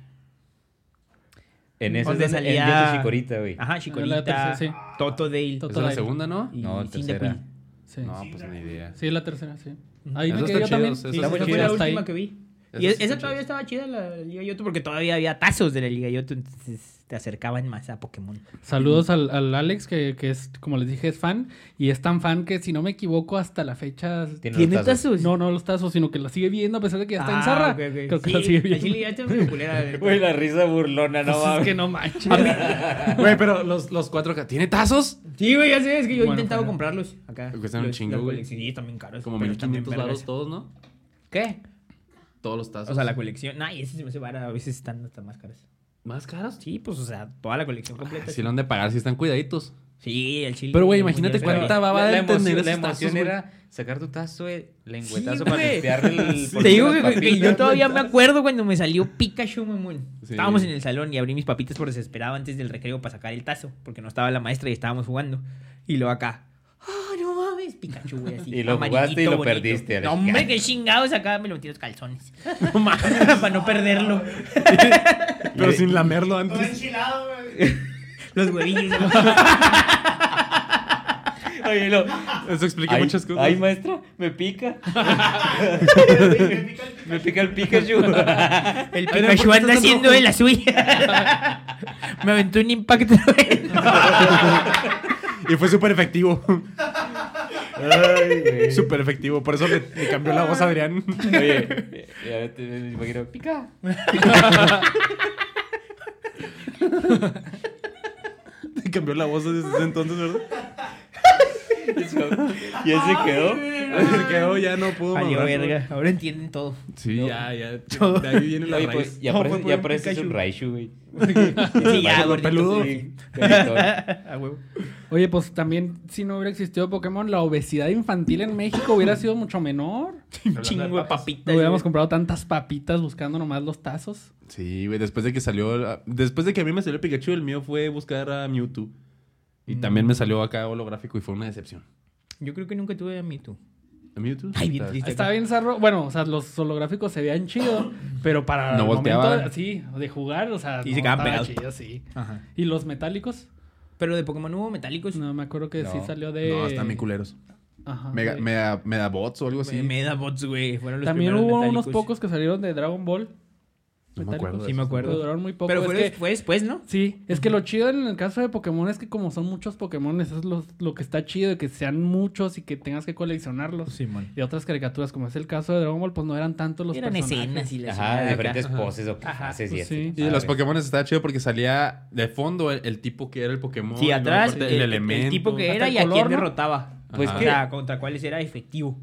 B: En esa
A: ¿Dónde
B: es donde- en
A: salía?
B: Yoto Chikorita, güey.
A: Ajá,
D: La
A: Chicorita,
D: tercera, sí.
A: Totodale.
D: Tot-
C: Esa es la segunda, ¿no?
A: y
B: No,
A: Sin the
B: tercera.
A: Queen.
D: Sí.
C: No, pues ni idea.
D: Sí, la tercera, sí. Ahí
C: Esos
D: me quedé
C: están
D: yo también.
C: chidos, esos
A: Sí, esa
D: Esa
C: están
A: fue
D: fue
C: chidos.
A: la
D: la hasta ahí.
A: última que vi.
C: Esas
A: Y es-
C: sí
A: esa
C: están
A: todavía
C: chidas.
A: estaba chida la Liga Yoto porque todavía había tazos de la Liga Yoto, entonces te acercaban más a Pokémon.
D: Saludos al, al Alex, que, que es, como les dije, es fan. Y es tan fan que, si no me equivoco, hasta la fecha.
B: Tiene
A: ¿Tiene
B: los tazos.
A: tazos?
D: No, no los tazos, sino que la sigue viendo a pesar de que ya está en
A: Ah,
D: Zarra.
A: ok, ok.
D: Creo que
A: Sí,
D: la sigue
A: la
D: viendo.
A: Chile
D: (laughs)
A: ya está medio culera, la verdad.
B: Güey, la risa burlona, no
D: Pues es
B: mames.
D: que no manches.
C: (laughs) Güey, pero los, los cuatro acá. ¿Tiene tazos?
A: Sí, güey, ya sé, es que yo he
D: Bueno,
A: intentado
D: bueno.
A: comprarlos acá.
C: Cuestan un
A: Los-
C: chingo,
A: los
C: güey.
A: coleccioné, Sí, también caros.
C: Como
A: pero también
C: 1500
A: vergas.
C: varos todos, ¿no?
A: ¿Qué?
C: Todos los tazos.
A: O sea, la colección. Nah, y ese se me hace vara, a veces están hasta más caros.
C: ¿Más caros?
A: Sí, pues, o sea, toda la colección completa.
C: Si lo han de pagar, si están cuidaditos.
A: Sí, el chile.
C: Ah, Pero, güey, imagínate
A: Muñoz,
C: cuánta
A: güey.
C: baba
B: la,
C: de
B: la
C: tener
B: emoción,
C: esos
B: la emoción
C: tazos, güey.
B: era sacar tu tazo, el
A: Sí,
B: lengüetazo para
A: güey.
B: limpiar el.
A: Te digo
B: las
A: que, que
B: papitas,
A: yo
B: güey.
A: todavía me acuerdo cuando me salió Pikachu, mamón.
C: Sí.
A: Estábamos en el salón y abrí mis papitas por desesperado antes del recreo para sacar el tazo, porque no estaba la maestra y estábamos jugando. Y luego acá, ¡ah, no mames! Pikachu, güey, así.
B: Y lo jugaste
A: amarillito,
B: y lo perdiste, a la
A: No, hombre,
B: chingada.
A: qué chingados, acá me lo metí en los calzones. (laughs) No mames, para no perderlo.
C: (laughs) Pero sin lamerlo
F: Todo enchilado, güey.
A: Los huevillos.
B: Oye, lo.
C: Eso explica
B: Ay,
C: muchas cosas.
B: ay, maestra, me
A: (laughs)
B: pica. (laughs)
F: Me pica el
B: Me
F: Pikachu.
B: pica el Pikachu.
A: El
C: Ay,
A: Pikachu
C: no, ¿por qué
A: anda
C: estás
A: haciendo
C: rojo?
A: de la suya. (laughs) Me aventó un impacto. (laughs)
C: y fue súper (laughs) efectivo.
B: Ay, güey.
C: Súper efectivo. Por eso le, le cambió la voz a Adrián. (laughs)
B: (laughs) Oye, ya te me imagino, pica.
C: Le cambió la voz desde ese entonces, ¿verdad?
B: Y él se quedó.
C: (laughs) Se quedó, "Oh, ya no pudo
A: Valió
C: madurar.
A: verga. Ahora entienden todo.
C: Sí, ya, ya.
B: (laughs)
C: De ahí viene la
B: Oye,
C: raíz.
B: pues, ya
A: ¿Cómo
B: parece,
A: fue
B: ya
A: por
B: parece
A: Pikachu?
B: un Raichu, (laughs) güey.
A: Sí, ya,
B: Raichu
A: gordito.
C: peludo.
B: (laughs)
A: sí. A huevo.
D: (laughs) Oye, pues también si no hubiera existido Pokémon, la obesidad infantil en México hubiera sido
A: (laughs)
D: mucho menor.
A: Un chingo de papitas.
D: No hubiéramos
A: güey.
D: comprado tantas papitas buscando nomás los tazos.
C: Sí, güey, después de que salió. la- Después de que a mí me salió Pikachu, el mío fue buscar a Mewtwo. Y también me salió acá holográfico y fue una decepción.
A: Yo creo que nunca tuve a mí tú.
C: ¿A Mewtwo?
A: Ay, bien
C: Está-
A: triste.
D: Estaba bien zarro. Bueno, o sea, los holográficos se veían chidos, pero para
C: No
D: el momento
C: volteaban.
D: de- sí, de jugar, o sea,
A: Y
D: no,
A: se quedaban pegados.
D: estaba chido, sí.
C: Ajá.
D: ¿Y los metálicos?
A: Pero de Pokémon hubo metálicos.
D: No, me acuerdo que sí
B: No.
D: salió de...
C: No, están bien culeros.
D: Ajá,
C: Mega,
D: de-
C: mega, megabots o algo así.
A: Me- Medabots, güey. Fueron los
D: También
A: primeros
D: hubo
A: metálicos.
D: unos pocos que salieron de Dragon Ball.
C: No me
D: Metálicos.
C: acuerdo de
A: Sí, me
C: esos.
D: Pero
A: acuerdo.
D: duraron muy poco.
A: Pero
D: Es
A: fue,
D: que-
A: des- fue después, pues, ¿no?
D: Sí, es que lo chido en el caso de Pokémon es que como son muchos Pokémon, eso es lo, lo que está chido, que sean muchos y que tengas que coleccionarlos.
A: Simón.
D: Y otras caricaturas, como es el caso de Dragon Ball, pues no eran tantos los
A: Eran
D: personajes.
A: escenas y las
B: Ajá, diferentes
C: Ajá.
B: poses o qué
A: Ajá,
B: haces y
D: pues sí.
B: así.
C: Y los Pokémon estaba chido porque salía de fondo el, el tipo que era el Pokémon.
A: Sí,
C: y luego
A: atrás,
C: aparte
A: el, el tipo que
D: Hasta
A: era
D: el
A: y a quién
D: color, ¿no?
A: derrotaba. Pues,
C: Ajá.
A: o sea, contra cuáles era efectivo.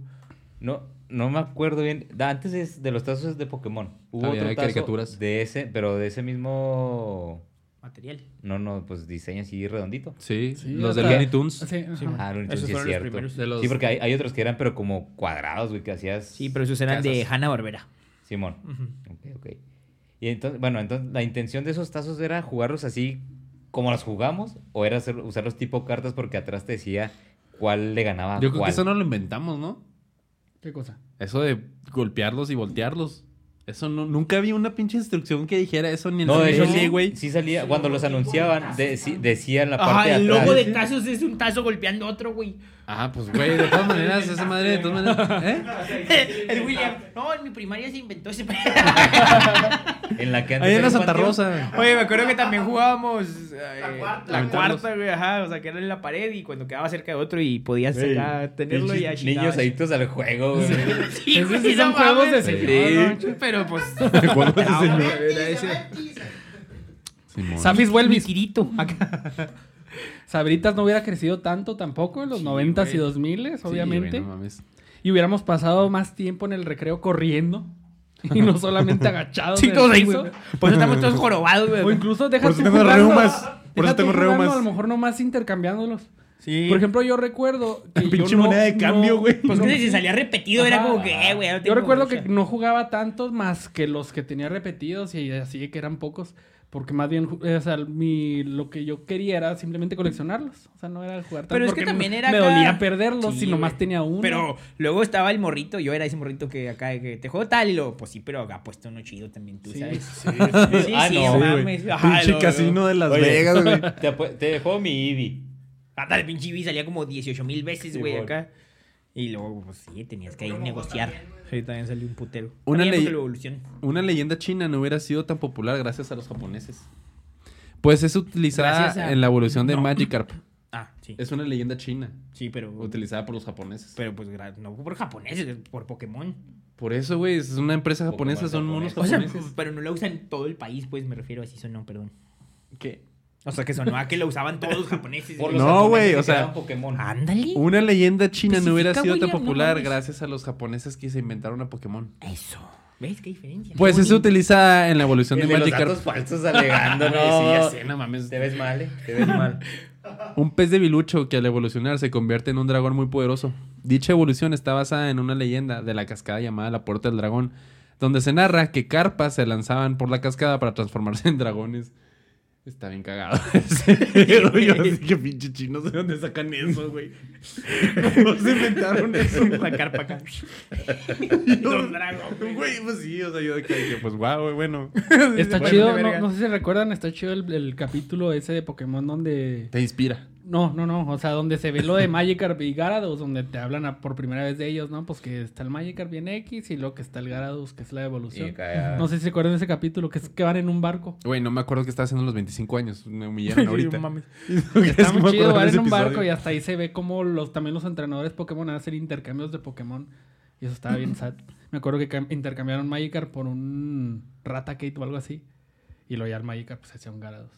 B: No, no me acuerdo bien. Da- Antes es de los tazos de Pokémon. Hubo
C: Había
B: otro tazo
C: caricaturas.
B: de ese, pero de ese mismo...
A: Material.
B: No, no, pues diseño así redondito.
C: Sí,
D: Sí,
C: los de
D: hasta-
C: Looney Tunes.
D: Sí, ajá.
B: Ah, Looney Tunes,
A: Esos
B: sí es
A: fueron los
B: cierto.
A: primeros.
C: De los-
B: Sí, porque hay, hay otros que eran, pero como cuadrados, güey, que hacías...
A: Sí, pero esos eran de
B: casas.
A: Hanna-Barbera.
B: Simón. Ok, ok. Y entonces, bueno, entonces la intención de esos tazos era jugarlos así como los jugamos o era hacer- usarlos tipo cartas porque atrás te decía cuál le ganaba a
C: Yo creo
B: ah, cuál.
C: que eso no lo inventamos, ¿no?
D: ¿Qué cosa?
C: Eso de golpearlos y voltearlos. Eso no, nunca vi una pinche instrucción que dijera eso ni en
B: No,
C: la
B: de hecho,
C: tele,
B: sí,
C: güey.
B: sí salía, cuando los anunciaban, de- sí- decía en la
A: Ajá,
B: parte
A: el
B: de atrás.
A: logo de tazos es un tazo golpeando a otro, güey. (laughs)
C: Ah, pues güey, de todas maneras, esa madre, de todas maneras. ¿Eh?
A: El William. No, en mi primaria se inventó ese pedo.
B: En la que antes
C: Ahí en
B: era
C: la
B: un
C: Santa
A: (laughs)
B: panteón.
C: Rosa. (laughs)
A: Oye, me acuerdo que también jugábamos eh,
F: La cuarta.
A: la
C: Aventarlos.
A: cuarta, güey, ajá, o sea, que era en la pared y cuando quedaba cerca de otro y podías
B: Güey,
A: acá tenerlo y
B: pinches Niños adictos al juego, güey.
A: (laughs)
B: (laughs)
A: Sí,
D: Esos
A: güey,
D: sí
A: no
D: son juegos de
A: mames.
D: señor,
A: Sí, Pero pues
C: Juegos de
A: Ah,
C: señor.
A: era ese
C: Simón.
D: Safis
A: mi
D: Welvis.
A: Kirito acá.
D: Sabritas no hubiera crecido tanto tampoco en los
A: Sí,
D: noventas y
A: güey.
D: dos miles,
C: Sí,
D: obviamente.
C: güey, no mames.
D: Y hubiéramos pasado más tiempo en el recreo corriendo. Y
C: (laughs)
D: no solamente agachados. en
A: Sí,
D: el
A: todos ahí,
D: piso.
A: güey. Por eso estamos todos jorobados,
D: O
A: güey.
D: incluso dejas
C: eso tengo reumas. Por eso tengo reumas.
D: A lo mejor nomás intercambiándolos.
A: Sí.
D: Por ejemplo, yo
C: (laughs)
D: recuerdo. que yo
C: Pinche
D: no-
C: moneda de
D: no-
C: cambio,
D: (laughs)
C: güey.
A: Pues que si salía repetido era
D: Ajá.
A: como que, eh, güey, ya no
D: Yo
A: tengo
D: recuerdo
A: mucha.
D: que no jugaba tantos más que los que tenía repetidos y así que eran pocos. Porque más bien, ju- eh, o sea, mi, lo que yo quería era simplemente coleccionarlos. O sea, no era jugar tanto.
A: Pero es
D: porque
A: que también
D: me-
A: era
D: Me
A: acá-
D: dolía perderlos
A: Sí,
D: si nomás
A: güey.
D: tenía uno.
A: Pero luego estaba el morrito, yo era ese morrito que acá de que te juego tal y lo, pues sí, pero acá puesto uno chido también, tú
D: Sí,
A: sabes. (laughs)
D: sí,
A: sí,
B: Ah,
A: sí,
B: no,
A: no
C: güey.
A: mames. Ajá,
C: Pinche
A: lo-
C: casino de Las
B: Oye,
C: Vegas, güey.
B: Te, apu- te dejó mi Eevee.
A: Ándale, pinche Eevee salía como 18 mil veces,
B: Sí,
A: güey,
B: bueno.
A: acá. Y luego, pues sí, tenías que ahí negociar. Sí, también salió un putero.
C: Una
A: También
C: ley-
A: porque la evolución.
C: Una leyenda china no hubiera sido tan popular gracias a los japoneses. Pues es utilizada
A: Gracias a-
C: en la evolución de
A: No.
C: Magikarp.
A: Ah, sí.
C: Es una leyenda china
A: Sí, pero.
C: utilizada por los japoneses.
A: Pero pues gra- no por japoneses, por Pokémon.
C: Por eso, güey, es una empresa
B: Pokémon
C: japonesa, son monos (laughs)
B: japonés.
A: O sea, pues,
C: japoneses.
A: pero no la usan en todo el país, pues me refiero así sonó, perdón.
C: ¿Qué?
A: O sea, que sonó a que la usaban todos los japoneses.
B: Por
A: güey.
B: los
C: No,
B: japoneses
C: güey,
B: que
C: o sea, ah,
B: creaban Pokémon.
A: Ándale.
C: Una leyenda china no
A: Especifica,
C: hubiera sido tan
A: William, no
C: popular
A: mames.
C: gracias a los japoneses que se inventaron a Pokémon.
A: Eso. ¿Ves qué diferencia?
C: Pues
A: Qué
C: es
A: bonito.
C: utilizada en la evolución
B: El
C: de
B: de los
C: Magikarp.
B: datos falsos alegando,
C: Güey, sí, ya
B: no.
C: sé, no mames.
B: Te ves mal, eh, te ves mal.
C: Un pez de bilucho que al evolucionar se convierte en un dragón muy poderoso. Dicha evolución está basada en una leyenda de la cascada llamada La Puerta del Dragón, donde se narra que carpas se lanzaban por la cascada para transformarse en dragones. Está bien cagado. (laughs) ese pedo, Yo así que pinche chinos de dónde sacan
A: (laughs)
C: eso, güey. ¿Cómo se inventaron eso?
A: La carpa
C: (laughs)
A: acá. Los dragos, güey.
C: Güey, pues sí, o sea, yo de que dije, pues guau, güey, bueno.
D: Está
C: Bueno,
D: chido,
C: de
D: no,
C: verga.
D: no sé si recuerdan, está chido el, el capítulo ese de Pokémon donde...
C: Te inspira.
D: No, no, no, o sea, donde se ve lo
C: (laughs)
D: de Magikarp y Gyarados, donde te hablan a- por primera vez de ellos, ¿no? Pues que está el Magikarp bien X y luego que está el Gyarados, que es la
B: Y
D: evolución.
B: acá-
D: (laughs) No sé si recuerdan ese capítulo, que es que van en un barco.
C: (laughs) Güey, no me acuerdo que estaba haciendo a los 25 años.
A: (laughs)
C: Me humillaron ahorita. (laughs)
D: Está muy chido, van
C: ver
D: en un barco y hasta ahí se ve como los, también los entrenadores Pokémon hacen intercambios de Pokémon. Y eso estaba
C: (laughs)
D: bien sad. Me acuerdo que cam- intercambiaron Magikarp por un Raticate o algo así. Y lo ya el Magikarp pues, se hacía un Garados.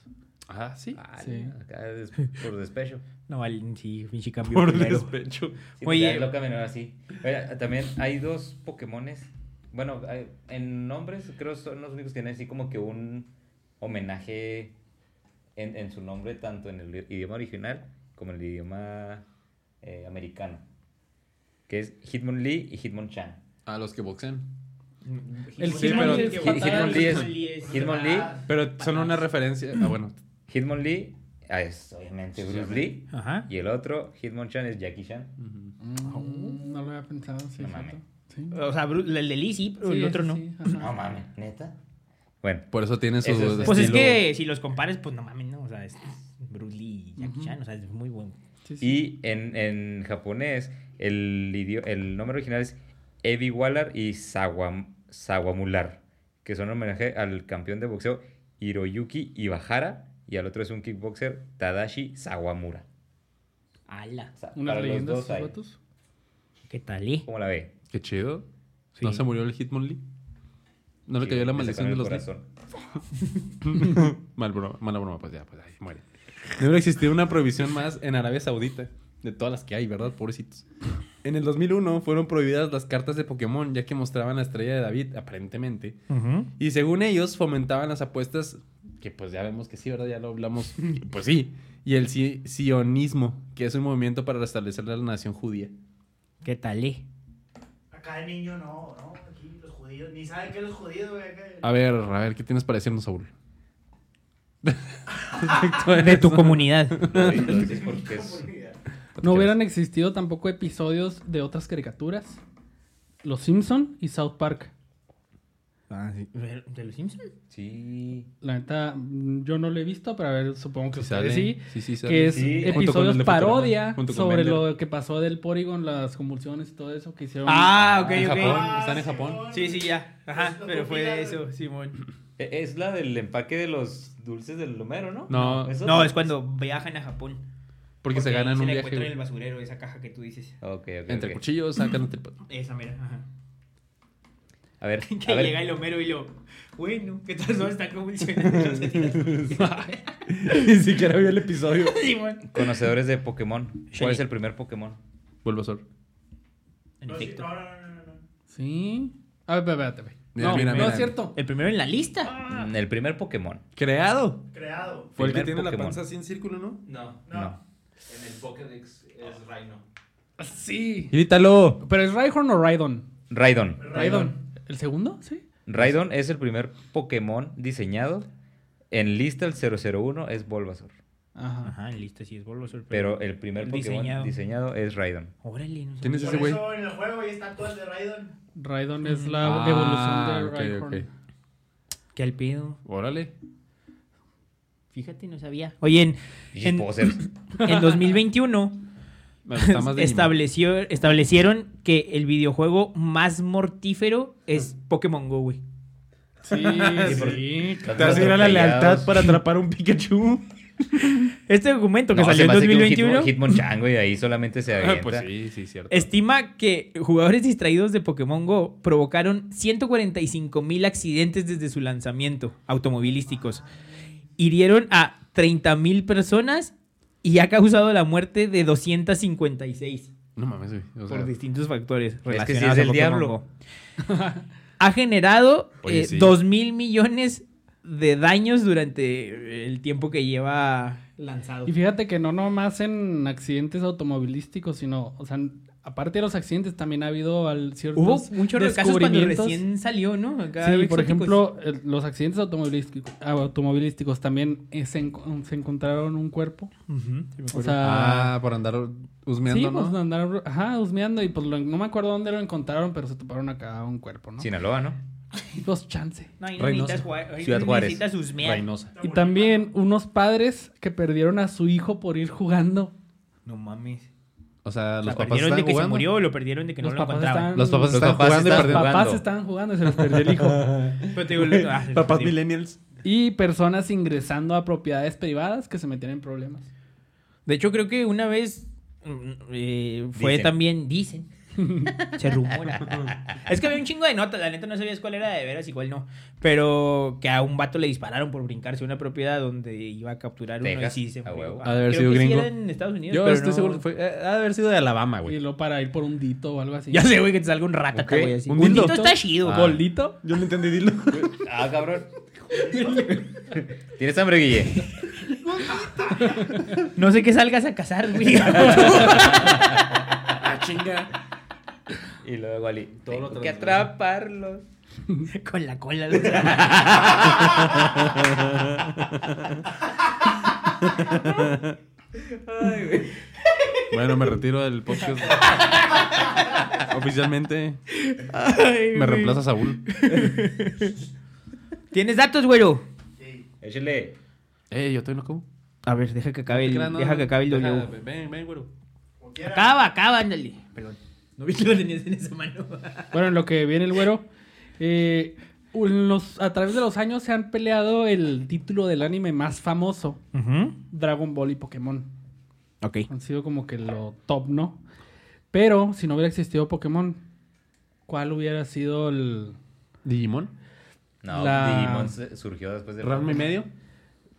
C: Ah, sí.
B: Ay,
D: Sí.
B: acá
D: (laughs)
B: des- por despecho.
A: No, al- sí, pinche cambio
C: Por
A: culero.
C: despecho.
B: Sí,
A: Oye.
B: Oye, lo cambiaron así. Mira, también hay dos Pokémones. Bueno, hay- en nombres creo son los únicos que tienen así como que un homenaje en, en su nombre, tanto en el idioma original como en el idioma eh, americano. Que es Hitmonlee y Hitmonchan.
C: A los que boxean.
A: mm,
D: El
C: Sí,
D: Hitmon
C: pero-
D: es
B: Hit-
D: fatal.
B: Hitmonlee es- Hitmonlee,
C: Pero son una referencia. Ah, bueno.
B: Hitmonlee ah, es obviamente Bruce Lee.
A: Ajá.
B: Y el otro, Hitmonchan, es Jackie Chan.
D: Mm, No lo había pensado, sí.
B: No
D: es
B: mames.
D: cierto. Sí.
A: O sea, Bru- el de Lee sí, pero el
D: Sí,
A: otro
D: ese
A: no.
D: sí, ajá.
B: No mames, neta. Bueno,
C: Por eso tiene su.
B: Ese es-
A: Pues es
C: estilo-
A: que si los compares, pues no mames, no. O sea, es Bruce Lee y Jackie Chan, o sea, es muy bueno.
D: Sí, sí.
B: Y en, en japonés, el, idio- el nombre original es Evi Waller y Sawam- Sawamular, que son homenaje al campeón de boxeo Hiroyuki Ibahara y al otro es un kickboxer Tadashi Sawamura.
A: ¡Hala!
B: O sea,
D: Unas
B: para los
D: leyendas
B: dos
D: esos
B: hay.
D: vatos.
A: ¿Qué tal, eh?
B: ¿Cómo la ve?
C: Qué chido. ¿No se murió el Hitmonlee? ¿No le
B: Sí,
C: cayó la
B: le
C: maldición de
B: sacaron
C: los
B: el
C: Lee?
B: corazón.
C: Mal broma, mala broma, pues ya, pues ahí muere. Debe existir una prohibición más en Arabia Saudita, de todas las que hay, ¿verdad? Pobrecitos. En el 2001 fueron prohibidas las cartas de Pokémon, ya que mostraban la estrella de David, aparentemente. Y según ellos, fomentaban las apuestas, que pues ya vemos que sí, ¿verdad? Ya
D: (laughs)
C: lo hablamos. pues sí. Y el si- sionismo, que es un movimiento para restablecer la nación judía.
A: ¿Qué tal, eh?
F: Acá de niño no, no. Aquí los judíos. Ni saben qué es los judíos, güey. acá.
C: A ver, a ver, ¿qué tienes para decirnos, Saúl?
A: De tu comunidad.
B: Lo digo,
C: (laughs)
B: lo digo porque es-
D: No hubieran existido tampoco episodios de otras caricaturas. Los Simpson y South Park.
A: ¿De los Simpsons?
B: Sí.
D: La neta, mm, yo no lo he visto, pero a ver, supongo que
C: Sí
D: ustedes
C: sale.
D: sí.
C: Sí, sí, sale.
D: Que es
B: Sí.
C: Junto con el
D: episodios
C: de Futurama,
D: parodia
C: junto con
D: sobre
C: Bender.
D: lo que pasó del Porygon, las convulsiones y todo eso que hicieron.
A: Ah, ok,
C: En
A: ok.
C: Japón,
F: Ah,
C: están en
F: Simón.
C: Japón.
A: Sí, sí, ya. Ajá,
F: Pues lo
A: pero fue de
F: compilaron.
A: eso, Simón.
B: E- Es la del empaque de los dulces del Homero, ¿no?
C: No,
B: ¿Eso?
A: No, es cuando viajan a Japón.
C: porque se
A: ahí
C: ganan un
A: la
C: viaje
A: encuentran en el
C: güey.
A: basurero, esa caja que tú dices.
B: Ok, ok,
C: entre
B: ok.
C: cuchillos, sacan tripas.
A: Esa, mira, ajá.
B: A
C: (laughs)
B: ver,
A: Que
B: a ver.
A: llega el Homero y lo... Bueno, que todos están (laughs) convulsionando.
C: (laughs) Ni siquiera vio el episodio.
A: (laughs) Simón.
B: Conocedores de Pokémon.
A: Shiny.
B: ¿Cuál es el primer Pokémon?
C: Bulbasaur.
A: En
F: No, sí,
A: efecto.
F: No, no, no, no, no.
D: Sí. A ver, espérate, espérate.
C: Mira,
D: no,
C: mira,
D: no
C: mira.
D: es cierto.
A: El primero en la lista.
F: Ah,
B: Mm, El primer Pokémon.
C: Creado.
F: Creado.
C: Fue el que
B: Primer
C: tiene la
B: Pokémon.
C: panza así en círculo, ¿no?
E: No,
F: No.
B: No.
E: en el Pokédex es Rhino.
D: Sí.
C: Grítalo.
D: Pero es Raihorn o Raidon.
B: Raidon.
D: Raidon. ¿El segundo? Sí.
B: Raidon es el primer Pokémon diseñado. En lista el 001 es Bulbasaur.
D: Ajá.
A: Ajá, listo, sí, es Bulbasaur.
B: Pero el primer Pokémon
A: Diseñado.
B: diseñado, es Raidon.
A: Órale, no sé.
C: ¿Quién es
F: Por
C: ese güey?
F: eso en el juego ya están todas de Raidon.
D: Raidon es la
C: Ah,
D: evolución de
C: ok,
D: Raihorn.
C: ok.
A: ¿Qué al pedo?
C: Órale.
A: Fíjate, no sabía. Oye, en,
B: Y pues,
A: en,
C: (laughs)
B: posers.
A: en 2021
C: Me gusta más de (laughs)
A: estableció, establecieron que el videojuego más mortífero es Pokémon Go, güey.
D: Sí, (laughs) sí.
B: Están
C: Te vas a ir a la
B: atropellados.
C: lealtad para atrapar un Pikachu.
A: (laughs) Este documento que
B: No,
A: salió
B: se
A: en
B: me hace que un
A: 2021
B: Hitmon- Hitmonchan, güey, ahí solamente
C: (laughs)
B: se avienta.
C: pues sí, sí, cierto.
A: estima que jugadores distraídos de Pokémon Go provocaron 145 mil accidentes desde su lanzamiento automovilísticos. Hirieron a 30 mil personas y ha causado la muerte de 256.
C: No mames, güey. O sea,
A: por distintos factores.
B: Es que sí
A: relacionados
B: es
A: a
B: el
A: Pokémon
B: diablo.
A: Go. ha generado
C: Oye,
A: eh,
C: sí.
A: 2 mil millones de daños durante el tiempo que lleva lanzado.
D: Y fíjate que no nomás en accidentes automovilísticos, sino, o sea, aparte de los accidentes, también ha habido al ciertos
A: Hubo un chorro de casos cuando
D: descubrimientos.
A: recién salió, ¿no? Acá
D: Sí, por
A: exóticos.
D: ejemplo, el- los accidentes automovilísticos, ah, automovilísticos también eh, se, enco- se encontraron un cuerpo.
A: Ujú, sí me
D: O
A: acuerdo.
D: sea,
C: Ah, por andar husmeando,
D: sí,
C: ¿no?
D: pues andaron, ajá, husmeando y pues lo- no me acuerdo dónde lo encontraron, pero se toparon acá un cuerpo, ¿no?
B: Sinaloa,
C: (laughs)
B: ¿no?
D: Y Pues chance.
A: No, ahí no
C: Reynosa.
A: necesitas jugar- ahí
B: Ciudad
A: no
B: Juárez.
A: necesitas husmear.
C: Reynosa.
D: Y también unos padres que perdieron a su hijo por ir jugando.
A: No mames.
C: O sea,
A: ¿Lo
C: los papás
A: perdieron
C: están
A: de que se
C: jugando.
A: murió o lo perdieron de que
D: Los
A: no lo
D: papás
A: encontraban?
D: estaban-
C: Los papás
B: Los
C: están
B: papás
C: jugando y
B: están
D: Los
C: perdiendo.
B: jugando.
D: papás estaban jugando y se les perdió el hijo.
A: Pero te digo, lo- ah, se
C: Papás
A: perdió.
C: millennials.
D: Y personas ingresando a propiedades privadas que se metían en problemas.
A: De hecho, creo que una vez mm, eh, fue
B: Dicen. (laughs)
A: también, dicen, Se rumora. es que había un chingo de notas, la neta no sabías cuál era de veras y cuál no. Pero que a un vato le dispararon por brincarse una propiedad donde iba a capturar uno
B: Texas,
A: y sí se
B: a
A: murió.
B: huevo.
A: Ah,
C: Ha de haber
A: creo
C: sido
A: que sí
C: gringo.
A: era en Estados Unidos,
C: Yo
A: pero
C: estoy
A: no-
C: seguro que fue. eh, ha de haber sido de Alabama,
D: Y
C: güey.
D: luego para ir por un dito o algo así.
A: (laughs)
D: (laughs)
A: Ya sé, güey, que te salga un rata,
B: Ok.
A: güey. Así.
C: Un
A: Un dito
C: dildo.
A: está chido.
B: Ah.
A: güey.
D: ¿Bolito?
C: Yo no entendí, dilo.
B: Ah, cabrón. (laughs) ¿Tienes hambre, Guille?
A: No sé qué salgas a cazar,
B: (laughs)
A: güey. (laughs)
C: Ah, chinga.
B: Y luego Ali.
E: Todo lo
B: Tengo que
E: transversal.
B: atraparlos.
A: Con la cola.
C: (laughs) Bueno, me retiro del podcast. Oficialmente me reemplaza Saúl.
A: (laughs) ¿Tienes datos, güero?
F: Sí.
B: Échale.
C: Eh, yo todavía no como.
A: A ver, deja que acabe el, deja que acabe el
C: Deja-
A: W.
C: Ven, ven, güero.
F: Como quiera.
A: Acaba, acaba, ándale. Perdón. No vi que lo tenías en esa mano.
D: Bueno, en lo que viene el güero. eh, en los, a través de los años se han peleado el título del anime más famoso, Dragon Ball y Pokémon.
A: Ok.
D: Han sido como que lo top, ¿no? Pero si no hubiera existido Pokémon, ¿cuál hubiera sido el...
C: Digimon.
B: No,
D: La-
B: Digimon se- surgió después de.
C: Ranma y medio.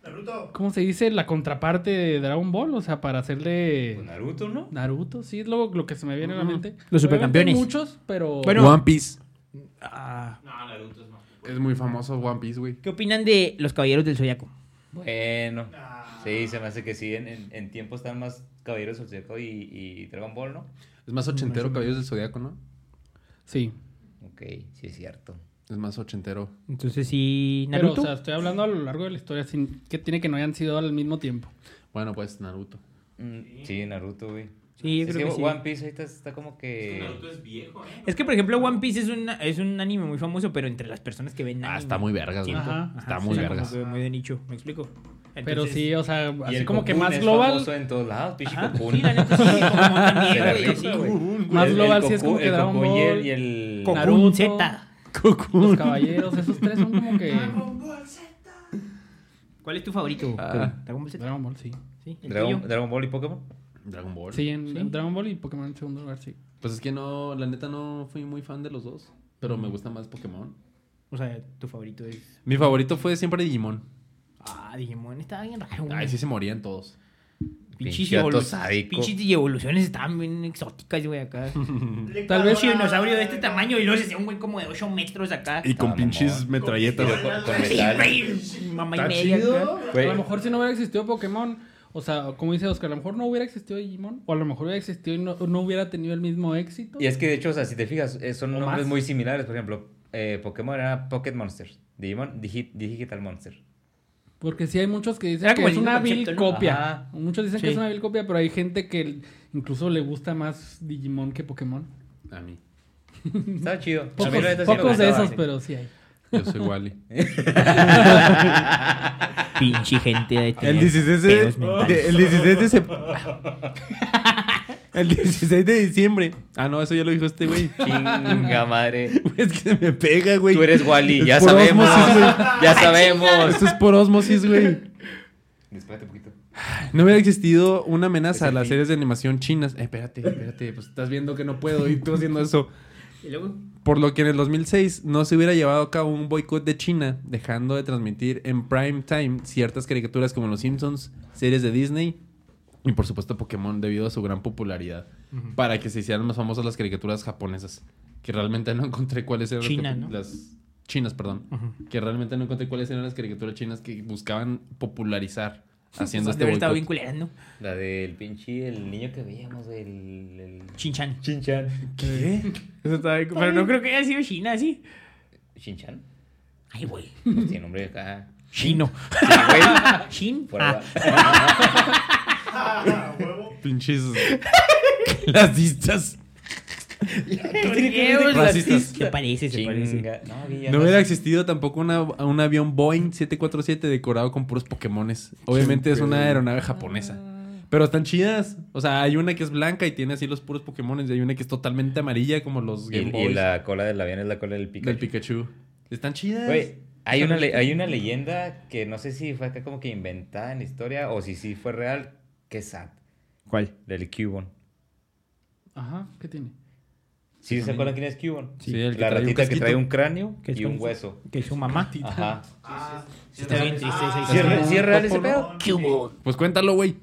F: Naruto.
D: ¿Cómo se dice? La contraparte de Dragon Ball, o sea, para hacerle...
B: Naruto, ¿no?
D: Naruto, sí, es lo, lo que se me viene a la
C: Ujú.
D: mente.
A: Los
D: Obviamente
A: supercampeones.
D: hay Muchos, pero...
A: Bueno.
C: One Piece.
A: Ah.
E: No, Naruto es más.
C: Es muy famoso One Piece, güey.
A: ¿Qué opinan de los caballeros del Zodiaco?
B: Bueno.
F: Ah.
B: Sí, se me hace que sí. En, en, en tiempo están más Caballeros del Zodiaco y, y Dragon Ball, ¿no?
C: Es más ochentero Caballeros del Zodiaco, ¿no?
D: Sí.
B: Ok, sí es cierto.
C: Es más ochentero.
A: Entonces sí,
D: Pero,
A: Naruto.
D: o sea, estoy hablando a lo largo de la historia, sin, que tiene que no hayan sido al mismo tiempo.
C: Bueno, pues Naruto.
B: Mm, sí, Naruto, güey.
A: sí, yo
B: es
A: creo que,
B: que
A: sí.
B: One Piece ahorita está como
E: Es que
B: que.
E: Naruto es viejo, ¿eh?
A: Es que, por ejemplo, One Piece es, una- es un anime muy famoso, pero entre las personas que ven
C: Ah,
A: anime,
C: está muy vergas, güey.
A: siento.
D: Ajá,
C: Está
A: o
C: muy
A: sea, como
C: vergas.
A: que Muy de nicho, ¿me explico? (laughs)
D: Pero
A: Entonces-
D: sí, o sea,
B: Y
D: así
B: el
D: como que
B: Cocoon
D: más
B: es
D: global.
B: famoso en todos lados, pinche
A: Ajá.
B: Cocoon.
A: Sí, la neta sí, como una
C: (laughs)
B: Se
A: mierda,
B: rifa,
A: sí, güey.
B: güey.
D: Más
B: (laughs) El- el
D: global sí es
B: Cocoon-
D: como que
B: el
D: Dragon
B: Cocoon y el-
D: Ball.
B: Y el.
A: Cocoon
D: Naruto.
A: Z.
D: Los caballeros, esos tres son como que.
F: Dragon Ball Z.
A: ¿Cuál es tu favorito?
C: Ah.
A: Dragon Ball Z.
D: Dragon Ball, sí.
A: Sí, el
B: Dragon,
A: tuyo.
B: Dragon Ball y Pokémon.
C: Dragon Ball.
D: Sí, en
A: Sí.
D: en Dragon Ball y Pokémon en segundo lugar, sí.
C: Pues es que no, la neta no fui muy fan de los dos. Pero me gusta más Pokémon.
A: O sea, tu favorito es.
C: Mi favorito fue siempre Digimon.
A: Ah, Digimon estaba bien raro. güey.
C: Ay, sí se morían todos.
A: Pinches
B: Pinche vato
A: evolu-
B: sádico.
A: pinches y evoluciones estaban bien exóticas, güey, acá.
F: Tal vez
A: Un dinosaurio de este tamaño y luego se hacía un güey como de 8 metros acá.
C: Y con
B: Ah,
C: pinches
B: mamón.
C: metralletas.
B: Con- con- con
A: Sí,
B: metal.
A: güey, Mamá y
C: Está
A: media.
C: chido.
A: acá.
B: Güey,
D: A lo mejor si no hubiera existido Pokémon, o sea, como dice Oscar, a lo mejor no hubiera existido Digimon, o a lo mejor hubiera existido y no, no hubiera tenido el mismo éxito.
B: Y es que de hecho, o sea, si te fijas, eh, son
D: O
B: nombres
D: más.
B: muy similares. Por ejemplo, eh, Pokémon era Pocket Monster. Digimon, Digi- Digital Monster.
D: Porque sí hay muchos que
A: Era
D: dicen que
A: como
D: es
A: el mismo
D: una
A: concepto,
D: vil
A: ¿no?
D: copia.
B: Ajá.
D: Muchos dicen que
A: Sí.
D: es una vil copia, pero hay gente que l- incluso le gusta más Digimon que Pokémon.
C: A mí.
B: Estaba chido. A
D: Pocos,
B: mí la neta sí me
D: pocos de
B: gustaba,
D: esos,
B: sí.
D: pero sí hay.
C: Yo soy Wally.
A: Pinche gente de
G: (laughs) El 16 de,
A: pedos mentales.
G: de- el 16 de sep- (laughs)
C: El 16 de diciembre. Ah, no, eso ya lo dijo este güey.
B: Chinga
D: (laughs)
B: madre.
G: (laughs) Es que se me pega, güey.
B: Tú eres Wally,
G: Es
B: ya
G: por
B: sabemos.
G: osmosis, güey.
B: ya sabemos.
G: Esto es por osmosis, güey.
B: Espérate un poquito.
C: No hubiera existido una amenaza a
B: Es el
C: las
B: fin.
C: series de animación chinas. Eh, espérate, espérate. Pues estás viendo que no puedo y tú haciendo eso.
A: Y luego,
C: Por lo que en el 2006 no se hubiera llevado a cabo un boicot de China, dejando de transmitir en prime time ciertas caricaturas como Los Simpsons, series de Disney y por supuesto Pokémon debido a su gran popularidad, para que se hicieran más famosas las caricaturas japonesas, que realmente no encontré cuáles eran las
A: China,
C: que-
A: ¿no?
C: las chinas, perdón, que realmente no encontré cuáles eran las caricaturas chinas que buscaban (laughs) popularizar haciendo
A: pues, de
C: este
A: haber estado
C: boicot.
A: vinculando.
B: La del pinche, el niño que veíamos, el. el...
A: Chinchan.
B: Chinchan.
A: Eso estaba bien- Pero no creo que haya sido China, sí.
D: (laughs)
B: ¿Chinchan?
A: Ay, güey.
B: Pues tiene nombre acá.
A: Chino.
B: Sí, güey.
A: Shin.
B: Por
A: Ah,
B: ahí
F: Ah, huevo.
C: Pinches (laughs) clasistas.
A: ¿por
B: tiene
A: qué,
B: que ver de
A: güey?
C: racistas?
A: Se parece, se
B: va.
A: parece.
B: Chinga. No, Guille,
C: No hubiera existido tampoco una- un avión Boeing 747 decorado con puros Pokémones. Obviamente es una aeronave japonesa. Pero están chidas. O sea, hay una que es blanca y tiene así los puros Pokémones. Y hay una que es totalmente amarilla como los
B: Y,
C: Game
B: y
C: Boys
B: la cola del avión es la cola del Pikachu.
C: del Pikachu. Están chidas.
B: Güey, hay una, le- hay una leyenda que no sé si fue acá como que inventada en la historia o si sí fue real, que es sad.
A: ¿Cuál?
B: Del Cubon.
D: Ajá, ¿qué tiene?
B: ¿Sí se acuerdan quién es Cubon?
C: Sí, el que
B: la
C: trae un
B: ratita que
C: casquito.
B: trae un cráneo
A: Que es
B: y un
A: como-
B: hueso.
A: Que es su mamá.
B: Ajá.
E: Ah, sí,
A: Está bien triste esa
B: ¿Sí es,
A: historia.
B: re- sí es real ese pedo?
C: Pues cuéntalo, güey.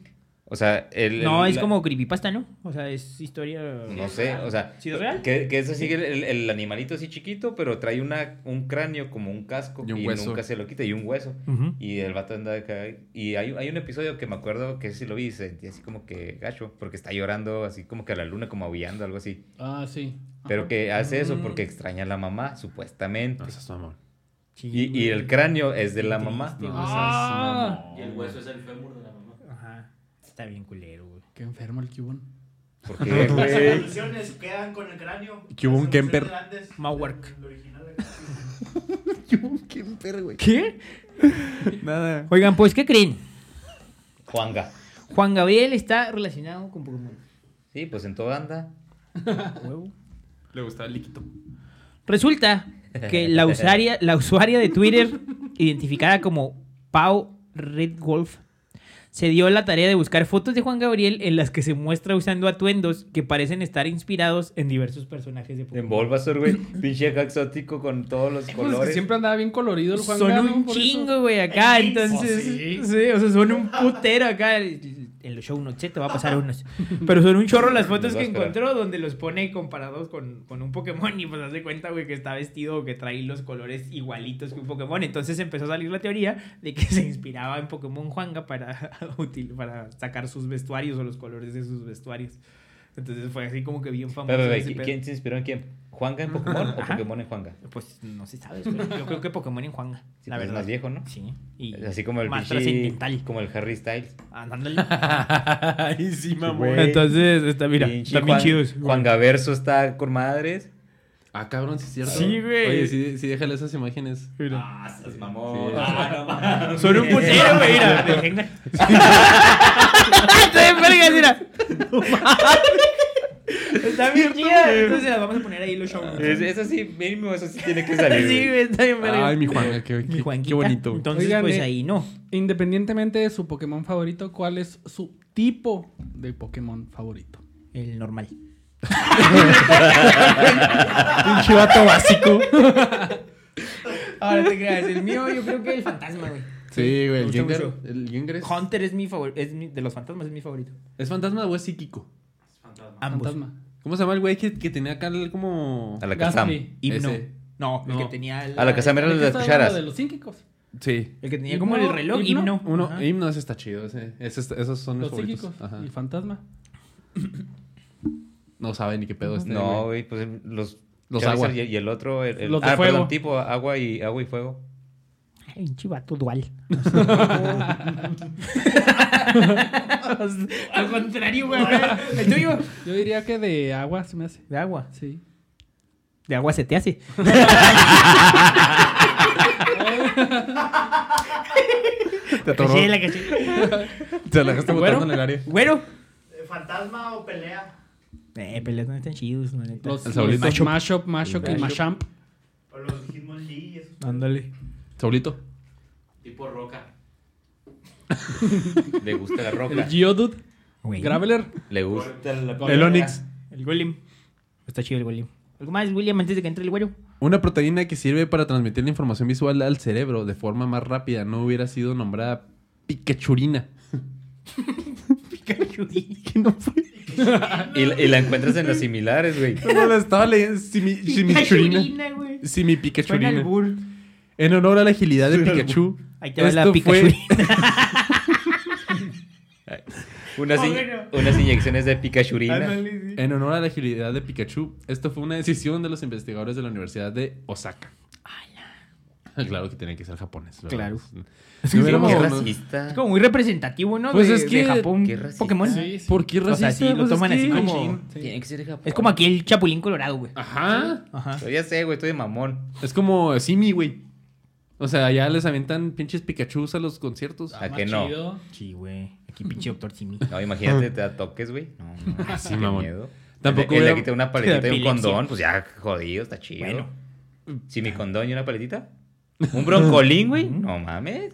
B: O sea, el...
A: No,
B: el-
A: es
B: la-
A: como creepypasta, ¿no? O sea, es historia...
B: No sé, o sea...
A: ¿Sí es real?
B: Que, que eso sigue el, el- el animalito así chiquito, pero trae una, un cráneo como un casco
C: Y
B: y,
C: un hueso.
B: nunca se lo quita, y un hueso.
A: Ujú.
B: Y el vato anda acá. Y hay, hay un episodio que me acuerdo que sí lo vi y se sentía así como que gacho, porque está llorando así como que a la luna, como aullando, algo así.
D: Ah, sí.
B: Pero que hace
C: Mm.
B: eso porque extraña a la mamá, supuestamente.
C: No, seas mamón.
B: Y, y el cráneo es de la mamá.
D: Este,
A: Triste, güey.
D: Ah,
E: Y el hueso es el fémur de la mamá.
A: Ajá. Está bien culero, güey.
D: qué enfermo el cubón.
B: ¿Por qué,
F: Las
B: güey?
F: evoluciones quedan con el cráneo.
C: Que hubo un
F: Las evoluciones
C: Kemper.
F: grandes
A: Mauerk.
F: del- del original de-
A: ¿Qué?
G: Nada.
A: Oigan, pues, ¿qué creen?
B: Juanga.
A: Juan Gabriel está relacionado con Pokémon.
B: Sí, pues en todo anda.
A: Huevo.
G: Le gustaba el liquito.
A: Resulta que la usuaria, la usuaria de Twitter, identificada como Pau Redgolf, se dio la tarea de buscar fotos de Juan Gabriel en las que se muestra usando atuendos que parecen estar inspirados en diversos personajes de
B: En
A: Pokémon.
B: Bulbasaur, güey. Pinche acá exótico con todos los
D: Pues es que
B: colores.
D: siempre andaba bien colorido el Juan
A: Son
D: Gabriel,
A: un
D: por eso.
A: chingo, güey, acá,
F: El mix,
A: entonces.
D: oh, sí.
A: sí. o sea, son un putero acá. En los show notes te va a pasar
B: (laughs)
A: unos. Pero son un chorro las fotos
B: Los
A: que
B: vas a esperar.
A: encontró donde los pone comparados con, con un Pokémon y pues hace cuenta, güey, que está vestido o que trae los colores igualitos que un Pokémon. Entonces empezó a salir la teoría de que (laughs) se inspiraba en Pokémon Juanga para, (laughs) útil, para sacar sus vestuarios o los colores de sus vestuarios. Entonces fue así como que bien famoso.
B: Pero, güey,
A: ese pedo.
B: ¿Quién se inspiró en quién? ¿Juanga en Pokémon o
A: Ajá.
B: Pokémon en Juanga?
A: Pues no se sabe. güey. Yo creo que Pokémon en Juanga.
B: Sí,
A: la
B: pues, es
A: verdad.
B: más viejo, ¿no?
A: Sí. Y
B: Así como el
A: más
B: pinche-
A: trascendental.
B: Como el Harry Styles.
C: (laughs)
A: Andándole.
C: Ay, sí, mamón.
B: Güey.
A: Entonces, está, mira,
B: Pinche
A: también
B: Juan-
A: chidos.
B: Juan Gaverso está con madres.
C: Ah, cabrón, sí es cierto.
A: Sí, güey.
C: Oye, sí, sí, déjale esas imágenes.
B: Ah, estás mamón.
C: Sí.
A: Ah, Son un putero, güey, mira.
C: (laughs)
A: Está bien, vergas, mira. Está bien chida. Entonces las vamos a poner ahí en los show. notes.
B: Es- Eso sí, mínimo, eso sí tiene que salir.
A: (laughs) Sí,
B: güey.
A: güey, está bien, vergas.
C: Ay, mi Juan, qué,
A: Mi
C: qué-
A: Juanquita.
C: qué bonito. güey.
A: Entonces,
D: Oigan,
A: pues
D: eh.
A: ahí no.
D: Independientemente de su Pokémon favorito, ¿cuál es su tipo de Pokémon favorito?
A: El normal.
C: Un chivato básico.
A: Ahora te creas, el mío yo creo que el fantasma, güey.
C: Sí, güey,
A: Me
C: el
A: gusta
C: Gengar.
A: mucho.
C: El Gengar es...
A: Hunter es mi favorito, es mi- de los fantasmas es mi favorito.
C: ¿Es fantasma o es psíquico?
E: Es fantasma.
A: Ambos.
D: Fantasma.
C: ¿Cómo se llama el güey que, que tenía acá el como...
B: A la casa.
D: Gastly.
A: Hipno.
C: Ese.
A: No, el
C: No.
A: que tenía la-
B: A la casa mera
D: ¿De
B: de
D: qué
B: las
D: está
B: cucharas.
D: hablando? ¿De los psíquicos?
C: Sí.
A: El que tenía como el
D: Hipno,
A: reloj
D: hipno.
A: hipno.
C: Uno,
A: Ajá.
C: himno, ese está chido. Ese, ese está- esos son
D: Los
C: los, favoritos.
D: psíquicos.
C: Ajá.
D: Y fantasma.
C: No saben ni qué pedo este.
B: No, güey, pues el- los.
C: Los
B: Charizard
C: agua.
B: Y, y el otro. El, el-
D: Los de
B: ah,
D: fuego.
B: perdón, tipo agua y, agua y fuego.
A: Ay, un chivato dual. (laughs) Al contrario, güey. El tuyo.
D: Yo diría que de agua se me hace.
A: De agua.
D: Sí.
A: De agua se te
C: (laughs)
A: hace.
C: (laughs) Te atoró.
A: Sí, la caché.
C: Te la dejaste
A: Bueno.
C: botando en el área.
A: Güero.
F: Eh, Fantasma o pelea.
A: Eh, peleas no están chidos, la neta.
D: Los,
C: El
D: los Mashup,
C: Saulito.
D: Mashup, Mashup y
B: Mashup.
D: Mashamp.
F: O los Digimon Lee y esos.
A: Ándale.
C: Saulito.
E: Tipo roca.
B: Le gusta la
D: El
B: roca.
D: Geodude.
A: Güey.
D: Graveler.
B: Le gusta la
C: El Onix.
A: El golem. Está chido el golem. ¿Algo más, William, antes de que entre el güero?
C: Una proteína que sirve para transmitir la información visual al cerebro de forma más rápida. No hubiera sido nombrada
A: (laughs)
C: piquechurina.
A: Pikachu. pues,
B: Y, la- y la encuentras en los similares, güey.
C: No la estaba leyendo. Simi, simichurina.
A: Pikachu, güey. Suena
C: Simipiquechurina.
A: albur.
C: En honor a la agilidad de Pikachu.
A: Ahí te va la
C: esto
A: Pikachu.
C: fue-
B: Unas, in- unas inyecciones de Pikachurina.
C: En honor a la agilidad de Pikachu, esto fue una decisión de los investigadores de la Universidad de Osaka. Ah, Claro que tenía que ser japonés. ¿verdad?
A: Claro.
C: Si hubiéramos-
B: Qué
C: no-
B: racista.
A: Es como muy representativo, ¿no?
C: Pues
A: de,
C: es que-
A: de Japón.
B: qué racista.
A: Pokémon.
D: Sí, sí.
C: ¿Por qué
A: O
C: racista?
A: sea, sí, lo
C: Pues es
A: toman así
C: que-
A: como...
B: Tiene que ser Japón.
A: Es como aquí el Chapulín Colorado, güey.
C: Ajá.
A: Ajá.
B: Yo ya sé, güey, estoy de mamón.
C: Es como Simi, güey. O sea, ya les avientan pinches Pikachu a los conciertos.
A: Ah,
B: ¿A que no?
A: Sí, güey. Aquí pinche Doctor Simi.
B: No,
C: (laughs)
B: imagínate, te da toques, güey. No, no,
C: sí,
B: qué
C: mamón.
B: miedo.
C: Tampoco
B: Tampoco le,
C: hubiera-
B: le quité
C: (laughs)
B: una paletita y un
A: epilepsia.
B: condón, pues ya jodido, está chido.
A: Bueno.
B: Si
C: Ah.
B: mi condón y una paletita.
C: (laughs)
B: Un broncolín, güey. No mames.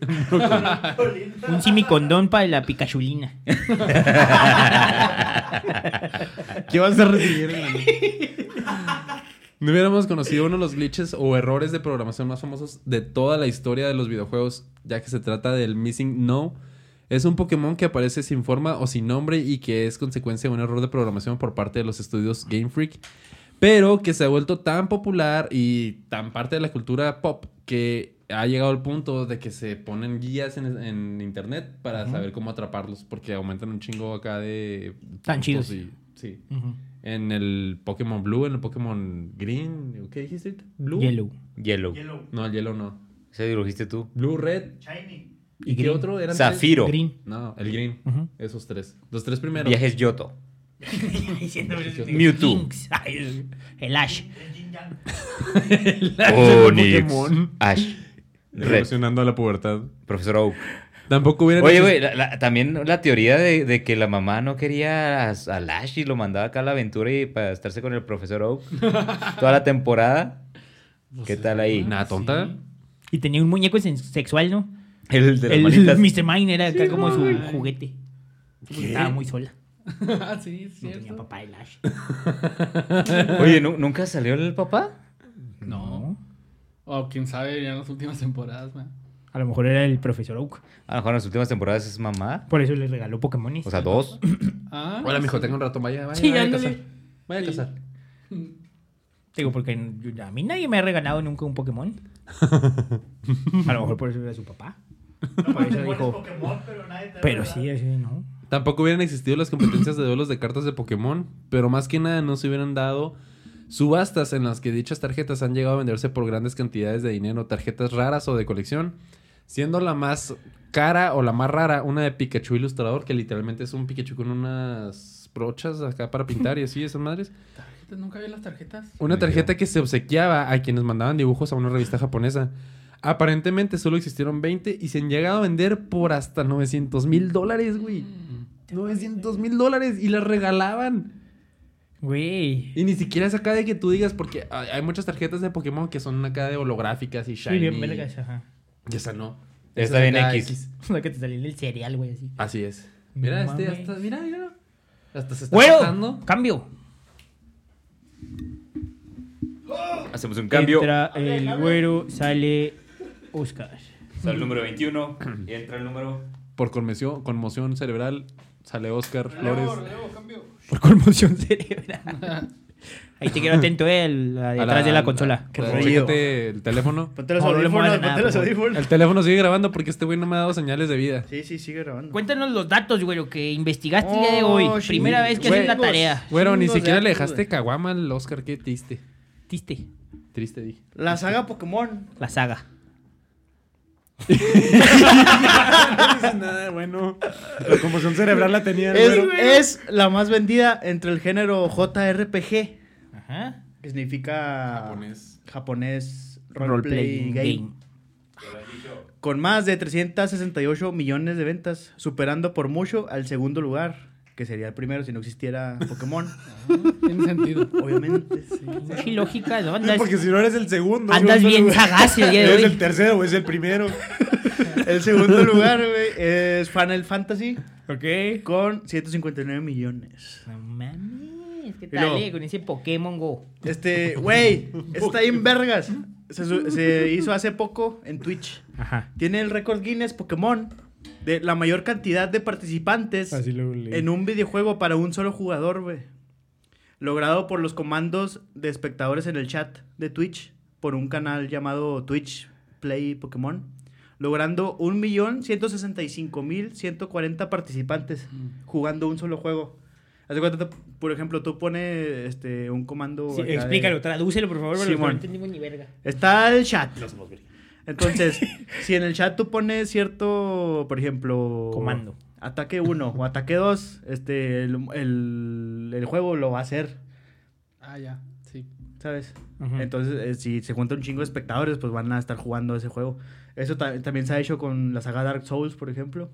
A: Un simicondón para la Pikachulina.
C: ¿Qué vas a recibir? No hubiéramos conocido uno de los glitches o errores de programación más famosos de toda la historia de los videojuegos, ya que se trata del Missing No. Es un Pokémon que aparece sin forma o sin nombre y que es consecuencia de un error de programación por parte de los estudios Game Freak, pero que se ha vuelto tan popular y tan parte de la cultura pop que ha llegado al punto de que se ponen guías en, en internet para saber cómo atraparlos, porque aumentan un chingo acá de...
A: Tan
C: puntos
A: chidos.
C: y- sí.
A: Ujú.
C: En el Pokémon Blue, en el Pokémon Green, ¿qué dijiste? ahorita? Blue.
A: Yellow.
B: Yellow.
F: Yellow,
C: No, el Yellow no.
B: Ese dibujiste tú.
C: Blue, Red.
F: Shiny.
C: ¿Y,
A: Y
C: qué
A: Green.
C: otro eran? tres?
B: Zafiro.
A: Green.
C: No, el Green.
A: Ujú.
C: Esos tres. Los tres primeros.
B: Viajes
A: (laughs)
B: Yoto.
A: Diciendo-
B: Mewtwo.
A: Jinx. Ay, El Ash.
F: El Jin Yang.
A: (laughs)
B: Onix. Ash. Red.
C: Revolucionando a la pubertad.
A: (laughs)
B: Profesor Oak.
C: Tampoco hubiera...
B: Oye, güey, la- la- también la teoría de, de que la mamá no quería a, a Lash y lo mandaba acá a la aventura y para estarse con el
A: (laughs)
B: profesor Oak toda la temporada.
D: Pues
B: ¿Qué tal ahí?
C: Nada, tonta.
A: Y tenía un muñeco sen- sexual, ¿no?
B: El de las
A: El
B: manitas.
A: Mr. Mine era acá como su juguete. Estaba muy sola.
D: Ah, (laughs) sí, es
A: No tenía
D: cierto.
A: papá el Ash. (laughs)
B: Oye, ¿nu- ¿nunca salió el papá?
A: No.
D: O quién sabe, ya en las últimas temporadas, man.
A: A lo mejor era el profesor Oak.
B: A lo mejor en las últimas temporadas es mamá.
A: Por eso le regaló Pokémones.
B: O sea, dos.
D: Ah,
C: Hola, mijo, tengo un ratón. Vaya, vaya,
A: Sí,
C: vaya a
A: ándale.
C: cazar. Vaya a
D: Sí.
C: cazar.
A: Digo, porque yo- a mí nadie me ha regalado nunca un Pokémon. A lo mejor por eso era su papá.
F: No,
A: Por
F: pues,
A: eso
F: te pones
A: dijo-
F: Pokémon, pero nadie te
A: Pero
F: va a
A: sí, así, ¿no?
C: Tampoco hubieran existido las competencias de duelos de cartas de Pokémon, pero más que nada no se hubieran dado subastas en las que dichas tarjetas han llegado a venderse por grandes cantidades de dinero, tarjetas raras o de colección, siendo la más cara o la más rara una de Pikachu Ilustrador, que literalmente es un Pikachu con unas brochas acá para pintar y así, esas madres.
D: Tarjetas, pues, nunca vi las tarjetas.
C: Una
B: Me
C: tarjeta
B: quedo.
C: que se obsequiaba a quienes mandaban dibujos a una revista japonesa. Aparentemente solo existieron 20 y se han llegado a vender por hasta 900 mil dólares, güey.
A: Mm.
C: 900 mil dólares y las regalaban.
A: Güey.
C: Y ni siquiera es acá de que tú digas, porque hay hay muchas tarjetas de Pokémon que son acá de holográficas y
A: Sí,
C: shiny.
A: bien vergas, ajá. (laughs)
C: Y esa no.
B: Esta
C: Esa
B: bien
C: acá
B: X.
A: La que te salió en el cereal, güey, así.
C: Así es.
A: No
C: Mira, este
A: mames.
C: hasta, mira, mira. Hasta se está
A: Bueno,
C: pasando.
A: cambio.
B: Hacemos un cambio.
A: Entra el güero, sale Oscar.
B: Sale el número 21 y entra el número...
C: Por conmoción, conmoción cerebral sale Oscar Flores.
A: Por conmoción cerebral. (laughs) Ahí te quiero atento, eh, al- a detrás de la consola.
C: Qué
A: Qué
F: rollo.
C: el teléfono.
F: Ponte los
A: No, no le muevas
F: audífonos,
A: nada,
F: ponte los
A: por
C: El
F: audífonos.
C: teléfono sigue grabando porque este güey no me ha dado señales de vida.
F: Sí, sí, sigue grabando.
A: Cuéntanos los datos, güero, que investigaste el día de hoy.
F: Oh, sí.
A: Primera vez que haces la
F: Güey.
A: tarea.
C: Bueno, ni
F: Chingos de
C: siquiera le
F: años,
C: dejaste caguama al Oscar, qué triste.
A: Tiste,
C: Triste dije.
F: La saga Pokémon.
A: la saga.
C: Nada, bueno. La conmoción cerebral la tenía.
F: Es, es la más vendida entre el género JRPG,
A: Ajá.
F: que significa
C: Japonés.
F: japonés roleplay
A: Roleplaying
F: game, con más de 368 millones de ventas, superando por mucho al segundo lugar, que sería el primero si no existiera (laughs) Pokémon.
D: Tiene sentido.
F: Obviamente, sí.
A: Mucha lógica, ¿no? Andas,
G: si no eres el segundo.
A: andas bien sagaz el día de hoy.
G: tercero o es el primero.
F: El (laughs) segundo lugar, güey, es Final Fantasy
A: Ok.
F: con 159 millones.
A: No mames, ¿qué
F: Y luego-
A: tal, eh, con ese Pokémon Go?
F: Este, (laughs) güey, está ahí en vergas. Se, su- se hizo hace poco en Twitch.
A: Ajá.
F: Tiene el récord Guinness Pokémon de la mayor cantidad de participantes
G: lo
F: en un videojuego para un solo jugador, güey. Logrado por los comandos de espectadores en el chat de Twitch por un canal llamado Twitch Play Pokémon. Logrando 1.165.140 participantes
A: Mm.
F: jugando un solo juego. Haz de cuenta, por ejemplo, tú pones este, un comando.
A: Sí,
F: acá de-
A: explícalo, tradúcelo, por favor, porque
F: Simón.
A: no entendimos ni verga.
F: Está el chat. Entonces, si en el chat tú pones cierto, por ejemplo,
A: Comando.
F: Ataque 1 o ataque 2, este, el, el- el juego lo va a hacer,
D: Ah, ya. Sí.
F: ¿sabes?
A: Ujú.
F: Entonces, eh, si se junta un chingo de espectadores, pues van a estar jugando ese juego. Eso ta- también se ha hecho con la saga Dark Souls, por ejemplo.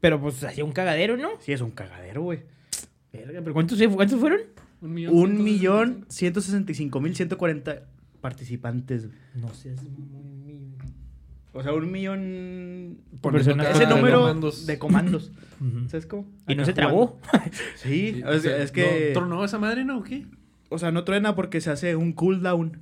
A: Pero pues hacía un cagadero, ¿no?
F: Sí, es un cagadero, güey.
A: Verga, ¿pero cuántos, se- cuántos fueron?
D: Un millón.
F: Un
D: ciento
F: millón
D: sesenta
F: ciento sesenta y cinco mil ciento cuarenta participantes. güey.
A: No seas muy...
F: O sea, un millón...
A: Personas.
F: Ese
A: Ah,
F: número
C: comandos.
F: de (laughs) comandos. ¿Sabes cómo?
A: Y no
F: Acá
A: se
F: jugando.
A: trabó.
F: Sí, o sea, es que...
A: eh,
C: ¿Tronó esa madre no o qué?
F: O sea, no truena porque se hace un cooldown.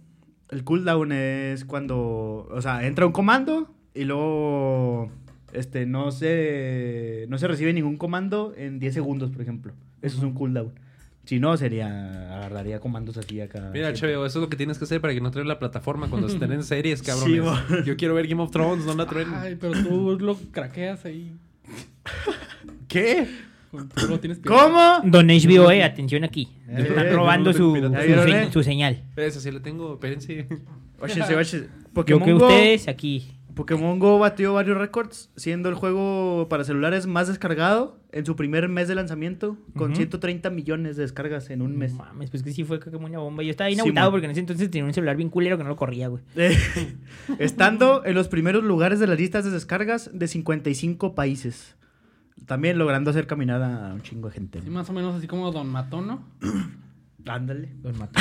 F: El cooldown es cuando, o sea, entra un comando y luego este no se no se recibe ningún comando en 10 segundos, por ejemplo. Eso es un cooldown. Si no sería agarraría comandos así acá.
C: Mira,
F: siempre.
C: Chavio, eso es lo que tienes que hacer para que no traen la plataforma cuando estén en series, cabrones.
F: Sí, bo.
C: Yo quiero ver Game of Thrones, no la truenen.
D: Ay, pero tú lo craqueas ahí.
C: ¿Qué?
D: con- Tú lo tienes pirata.
F: (laughs)
A: (laughs)
F: ¿Cómo?
A: Don HBO, eh, atención aquí.
F: Eh,
A: Están
F: eh,
A: robando
C: no,
A: su,
C: mira,
A: su
F: ahí vieron,
A: se-
F: eh.
A: su señal.
C: Eso sí la tengo, espérense.
F: Óchense,
A: (laughs)
F: óchense.
A: Yo
F: Pokémon
A: que
F: Go,
A: ustedes aquí.
F: Pokémon Go batió varios récords, siendo el juego para celulares más descargado en su primer mes de lanzamiento, con
A: Ujú.
F: 130 millones de descargas en un mes.
A: No Mames, pues que sí fue como una bomba. Yo estaba bien
F: Sí,
A: agotado
F: man.
A: porque en ese entonces tenía un celular bien culero que no lo corría, güey.
F: Eh, (laughs) Estando en los primeros lugares de las listas de descargas de 55 países. También logrando hacer caminar a un chingo de gente.
D: Sí, más o menos así como Don Matón, ¿no?
F: Ándale.
A: Los mató.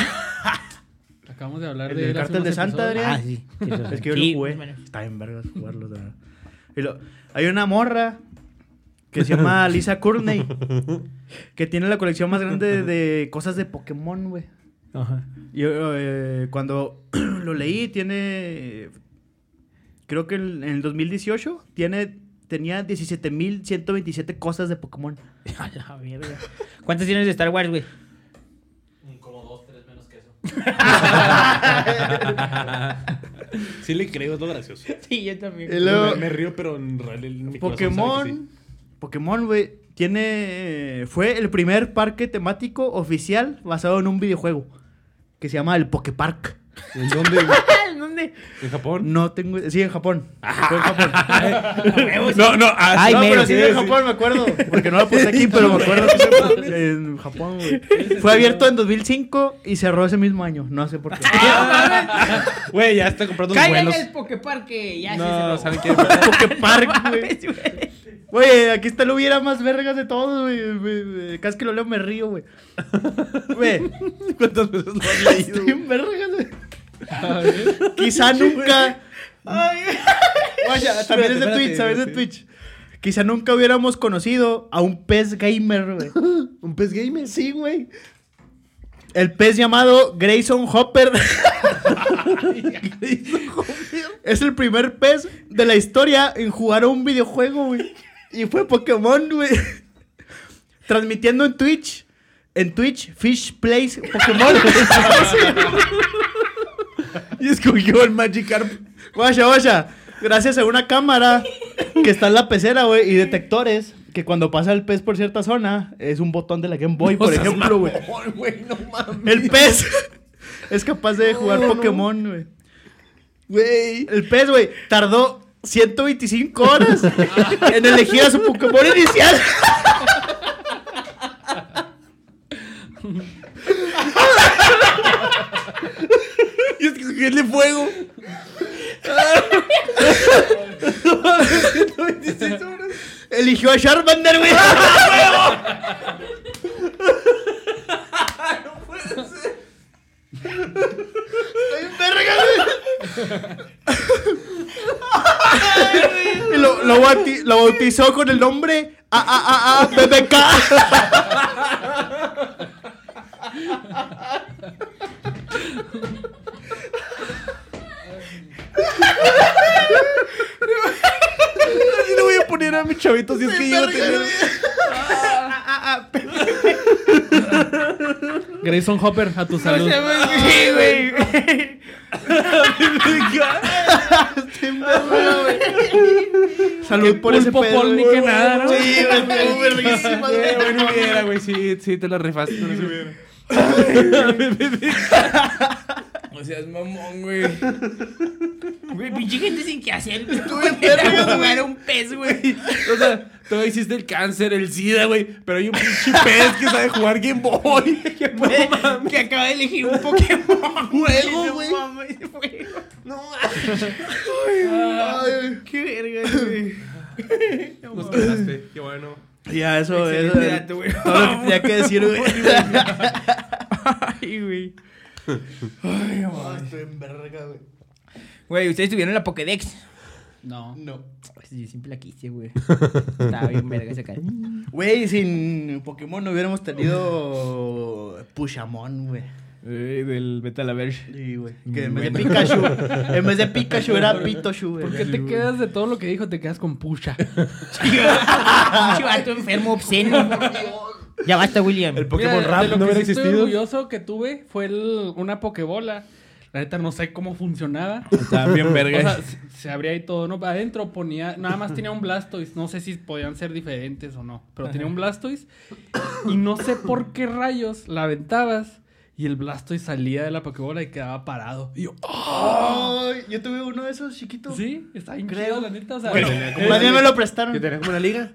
D: Acabamos de hablar
F: El
D: de.
F: del
D: él hace
F: Cártel
D: unos
F: de Santa,
D: episodios.
A: Ah, sí. sí, los-
F: Es que yo
A: sí,
F: lo jugué.
A: más o menos.
F: Está en vergas jugarlo. de verdad. Y lo- hay una morra que se
A: (laughs)
F: llama Lisa Courtney. Que tiene la colección más grande de cosas de Pokémon, güey.
A: Ajá.
F: Yo eh, cuando (clears throat) lo leí tiene, creo que en en el 2018 tiene, tenía 17.127 cosas de Pokémon.
A: (laughs) A la verga. ¿Cuántas tienes de Star Wars, güey?
E: Mm, Como dos, tres menos
A: (laughs)
E: que eso.
G: Sí le creo, es lo gracioso.
A: Sí, yo también.
F: El- Luego-
G: me, me río, pero en realidad en mi corazón sabe que
F: Pokémon, Pokémon, güey, tiene, eh, fue el primer parque temático oficial basado en un videojuego que se llama el Poképark.
C: ¿En dónde?
F: (laughs)
A: ¿Dónde?
C: ¿En Japón?
F: No tengo, sí, en Japón. Fue en
G: Ah. (laughs)
F: Japón.
C: No, no,
A: Ay,
F: no,
A: mero,
F: pero sí,
A: sí,
F: en
A: sí.
F: Japón, me acuerdo. Porque no lo puse aquí, pero me acuerdo que fue
G: (laughs)
F: en Japón, güey. Fue abierto en 2005 y cerró ese mismo año. No sé por qué.
C: Güey, ya está comprando los
A: ¡Cállate
C: vuelos.
A: el Pokeparque! Ya
C: No,
A: se
C: ¿saben
A: cerró.
C: qué?
F: Porque
A: (laughs)
F: Park, güey.
A: Mames, güey.
F: Güey, aquí está lo hubiera más vergas de todos, güey, güey. güey. Casi que lo leo, me río, güey. Güey,
C: (laughs) ¿Cuántas veces lo has leído?
F: (laughs) estoy en vergas, güey.
D: A ver.
F: Quizá nunca. (laughs) Vaya, también es de
C: Espérate,
F: Twitch, también es de Twitch. Quizá nunca hubiéramos conocido a un pez gamer, güey.
C: ¿Un pez gamer?
F: Sí, güey. El pez llamado Grayson Hopper. (laughs) es el primer pez de la historia en jugar a un videojuego, güey. Y fue Pokémon, güey. Transmitiendo en Twitch. En Twitch, Fish Plays Pokémon. y escogió "Oh, el Magikarp. Vaya, vaya. Gracias a una cámara que está en la pecera, güey, y detectores. Que cuando pasa el pez por cierta zona, es un botón de la Game Boy, por ejemplo, güey. El pez (laughs) es capaz de jugar Pokémon, güey. Güey. El pez, güey, tardó 125 horas en elegir a su Pokémon inicial.
G: sí. (laughs) Y es que cogí el de
F: (laughs)
G: fuego. (laughs)
F: Eligió a Charmander, güey. Y Lo, lo, bauti- lo bautizó con el nombre AAABBK.
G: Así le voy a poner a mi chavito si es que llega a tener.
D: Grayson Hopper, a Ah, tu salud.
A: Sí, güey.
F: (laughs) Salud por ese
D: pulpo
F: pedo.
D: Paul, ni
F: güey.
D: que nada, ¿no?
F: Sí, güey, estuvo verguísima, güey.
C: Eh, bueno, hubiera, güey, sí, sí, te la rifaste. no sé. (laughs)
G: No seas mamón, güey.
A: Güey, pinche gente sin qué hacer. güey.
G: vergas,
A: Jugar a un pez,
F: (laughs)
A: güey.
G: O sea, todavía hiciste el cáncer, el SIDA, güey. Pero hay un pinche pez que sabe jugar Game
F: (laughs)
G: Boy.
A: Que acaba de elegir un Pokémon.
F: (laughs)
G: Juego,
A: No
G: güey.
A: mames, güey.
F: Ay,
A: Qué verga, güey.
C: Nos quedaste, qué bueno.
F: Ya, eso es
A: Excelente dato, güey.
F: todo
A: (laughs)
F: lo que tenía que decir, güey.
A: Ay, güey.
F: Ah, Estoy en verga, güey.
A: Güey, ustedes tuvieron la Pokédex.
D: No.
F: No.
A: Pues yo siempre la quise, güey. Estaba bien verga esa cara.
F: Güey, sin Pokémon no hubiéramos tenido Pushamon, güey.
A: Eh, del vete a la verga.
F: Sí, güey. Que en vez de Pikachu,
A: (laughs)
F: en vez de Pikachu era Pitochu, güey.
D: ¿Por qué te quedas de todo lo que dijo? Te quedas con pucha.
H: Chivato enfermo, obsceno. Ya basta, William.
A: El (laughs) Pokémon Rap
D: de lo
A: no
D: que
A: hubiera
D: sí estoy
A: existido.
D: orgulloso que tuve fue el- una pokebola. La neta no sé cómo funcionaba.
A: Está bien verga.
D: (laughs) O sea, se- se abría y todo, ¿no? Adentro ponía, nada más tenía un Blastoise, no sé si podían ser diferentes o no, pero tenía un Blastoise y no sé por qué rayos la aventabas y el Blastoise salía de la Pokébola y quedaba parado. Y yo, ¡ah!
F: Ay, yo tuve uno de esos chiquitos.
D: sí, está bien
F: Creo.
D: chido, la neta, o sea,
F: Bueno,
D: eh,
F: más bien me lo prestaron.
I: ¿Que tenés como una liga?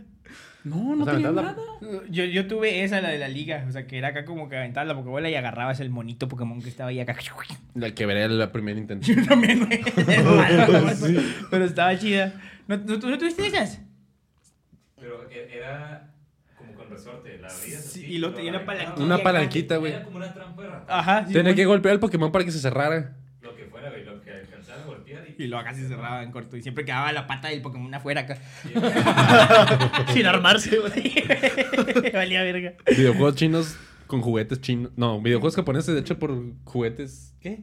D: no, no
I: o sea,
D: tenía
I: aventabas
D: nada.
I: la-
A: Yo, yo tuve esa, la de la liga. O sea, que era acá como que aventabas la Pokébola y agarrabas el monito Pokémon que estaba ahí acá. (laughs)
I: La que veré la primera intento.
A: Yo también, güey. Es malo, güey. Pero estaba chida. ¿No, no, tú no tuviste esas?
B: Pero e- era como con resorte, la abrías
A: Sí,
B: así.
A: y luego tenía una
B: palanca.
A: palanquita.
C: Una palanquita, güey.
B: Era como una trampa de ratón.
A: Ajá. sí,
C: Tenía
A: güey.
C: que golpear al Pokémon para que se cerrara.
B: Lo que fuera, güey, lo que alcanzaba a golpear y...
A: Y lo acá se cerraba en corto. Y siempre quedaba la pata del Pokémon afuera acá. (laughs)
F: Sin armarse, güey.
A: (laughs) Valía verga.
C: Videojuegos chinos con juguetes chinos. No, videojuegos japoneses, de hecho, por juguetes.
A: ¿Qué?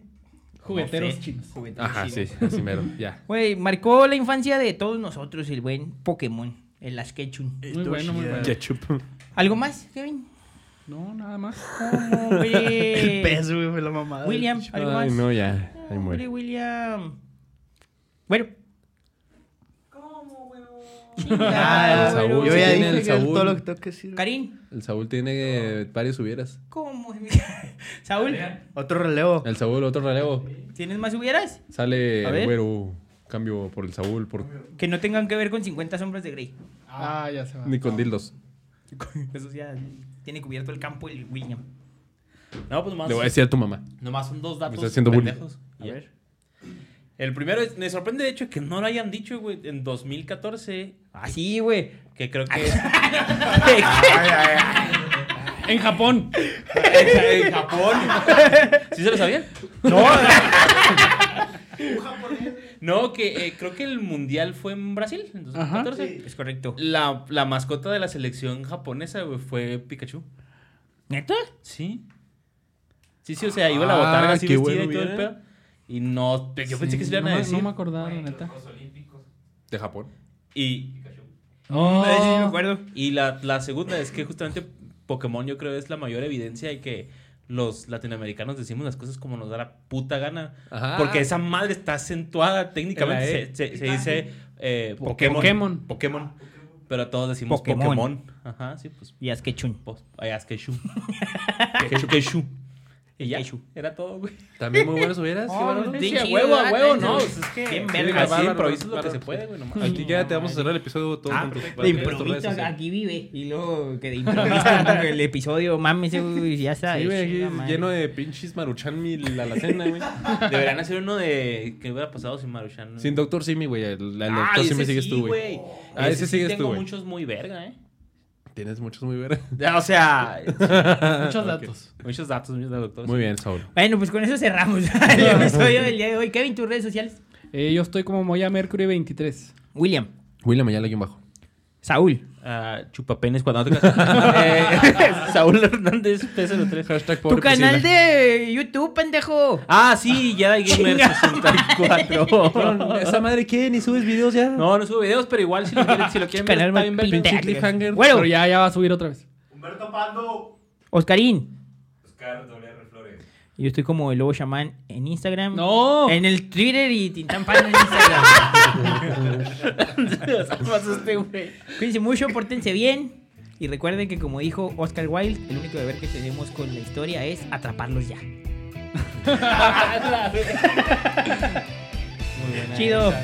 D: Jugueteros
A: No sé.
D: chinos.
A: Jugueteros
C: Ajá, sí,
A: chinos.
C: así mero. Ya.
A: Güey, marcó la infancia de todos nosotros el buen Pokémon, el Askechun.
D: Muy bueno, muy bueno.
C: (laughs) Ketchup.
A: ¿Algo más,
C: (laughs)
A: Kevin?
D: No, nada más.
A: Hombre.
F: El peso, güey, fue la mamada.
A: William, ¿algo más? Ah,
C: Ay, no, ya. Ahí
A: Hombre,
C: muere.
A: William. Bueno.
F: Ah,
C: Ah,
A: ¿Cómo,
C: Saúl,
F: yo
C: sí
F: ya
C: tiene
F: dije
C: el
F: que
C: sabor.
F: todo lo que tengo que decir.
A: Karim,
C: El Saúl tiene eh, varias hubieras.
A: ¿cómo? (laughs) Saúl,
F: Otro relevo.
C: El Saúl, otro relevo.
A: ¿tienes más hubieras?
C: Sale
A: A ver.
C: el güero. Cambio por el Saúl, por,
A: Que no tengan que ver con 50 sombras de Grey. (laughs)
D: Ah, ya se va.
C: ni con dildos.
A: Eso ya tiene cubierto el campo el
J: (laughs)
A: William.
J: No, pues nomás,
C: Le voy a decir a tu mamá.
J: nomás son dos datos.
C: está haciendo bullying.
J: pendejos. A ver. El primero, es- me sorprende de hecho que no lo hayan dicho, güey, en 2014,
A: Ah, sí, güey.
J: que creo
C: Ah,
J: que es
D: En Japón.
J: en Japón. ¿Sí se lo sabían? No. No, que eh, creo que el mundial fue en Brasil, en 2014.
A: Es correcto.
J: La, la mascota de la selección japonesa, güey, fue Pikachu.
A: ¿Neta?
J: Sí. Sí, sí, o sea, iba la
C: Ah,
J: botarga así
C: qué
J: vestida
C: bueno
J: y todo el
C: viene.
J: pedo. Y no, yo pensé que se
D: Sí,
J: le iban
D: no
J: a
D: me-
J: decir.
D: No me acordaba, la neta.
B: Los olímpicos.
C: De Japón.
J: y
A: Ay, sí, me
D: Oh.
A: acuerdo.
J: y la, la segunda es que justamente Pokémon yo creo es la mayor evidencia de que los latinoamericanos decimos las cosas como nos da la puta gana.
C: Ajá.
J: Porque esa madre está acentuada
C: La E.
J: técnicamente. Se, se- se
A: Ah,
J: dice eh, Pokémon.
D: Pokémon.
J: Pokémon. Pero todos decimos
A: Pokémon.
J: Pokémon. Ajá, sí, pues.
A: Y Askechun.
J: pues ay, haz
A: (laughs)
J: que shu. Que shu, que shu. Y ya,
A: Quechú.
J: era todo, güey.
C: También muy buenas
A: (laughs)
C: hubieras. qué bárbaro.
J: Sí, a huevo, a huevo, no. pues es que
A: Bien
J: sí,
A: verga,
J: así
C: bárbaro,
J: improvisas lo que
C: bárbaro.
J: se puede, güey, nomás.
C: Aquí ya te vamos a cerrar el episodio todo juntos. Vale, por redes
A: Improvisas,
C: sociales.
A: aquí vive. Y luego que de
C: (laughs)
A: improvisa el episodio, mames, güey, ya está.
C: Sí, güey, aquí
A: ah, Chinga madre.
C: lleno de pinches maruchan y la alacena,
A: (laughs)
C: güey.
J: Deberían hacer uno de que hubiera pasado sin Maruchan. ¿no?
C: Sin Doctor Simi, güey. El, el
J: Ah,
C: Doctor
J: ese
C: Simi sigues
J: sí,
C: tú, güey. Ah, ese
J: sí
C: sigues tú,
J: Tengo
C: güey.
J: muchos muy verga, ¿eh?
C: Tienes muchos muy veras.
J: O sea,
D: Muchos datos.
J: ¿eh? muchos datos, muchos
C: (laughs)
J: datos.
C: Muy bien, Saúl.
A: Bueno, pues con eso cerramos (laughs) el episodio del día de hoy. Kevin, tus redes sociales.
D: Eh, yo estoy como Moya Mercury 23.
A: William,
C: William Ayala aquí abajo.
A: Saúl,
J: Ah, chupapenes cuando no te
A: (laughs)
J: casas. Eh, Saúl Hernández, PS03.
C: Hashtag
A: tu
C: pobre
A: canal
C: (laughs) Priscila.
A: de YouTube, pendejo.
J: Ah, sí, Jedi Gamer 64.
C: Cabrón, ¿Esa madre qué? ¿Ni subes videos ya?
J: No, no subo videos, pero igual si lo quieren,
C: (laughs)
J: si lo quieren ver,
A: Canal
J: está bien verga.
A: pinche
C: cliffhanger.
A: Bueno,
D: Pero ya, ya va a subir otra vez.
B: Humberto Pando.
A: Oscarín.
B: Oscar W. Flores.
A: Yo estoy como el lobo chamán en Instagram.
D: No.
A: En el Twitter y Tintán Pano en Instagram. Cuídense mucho, pórtense bien. Y recuerden que, como dijo Oscar Wilde, el único deber que tenemos con la historia es atraparlos ya. Chido.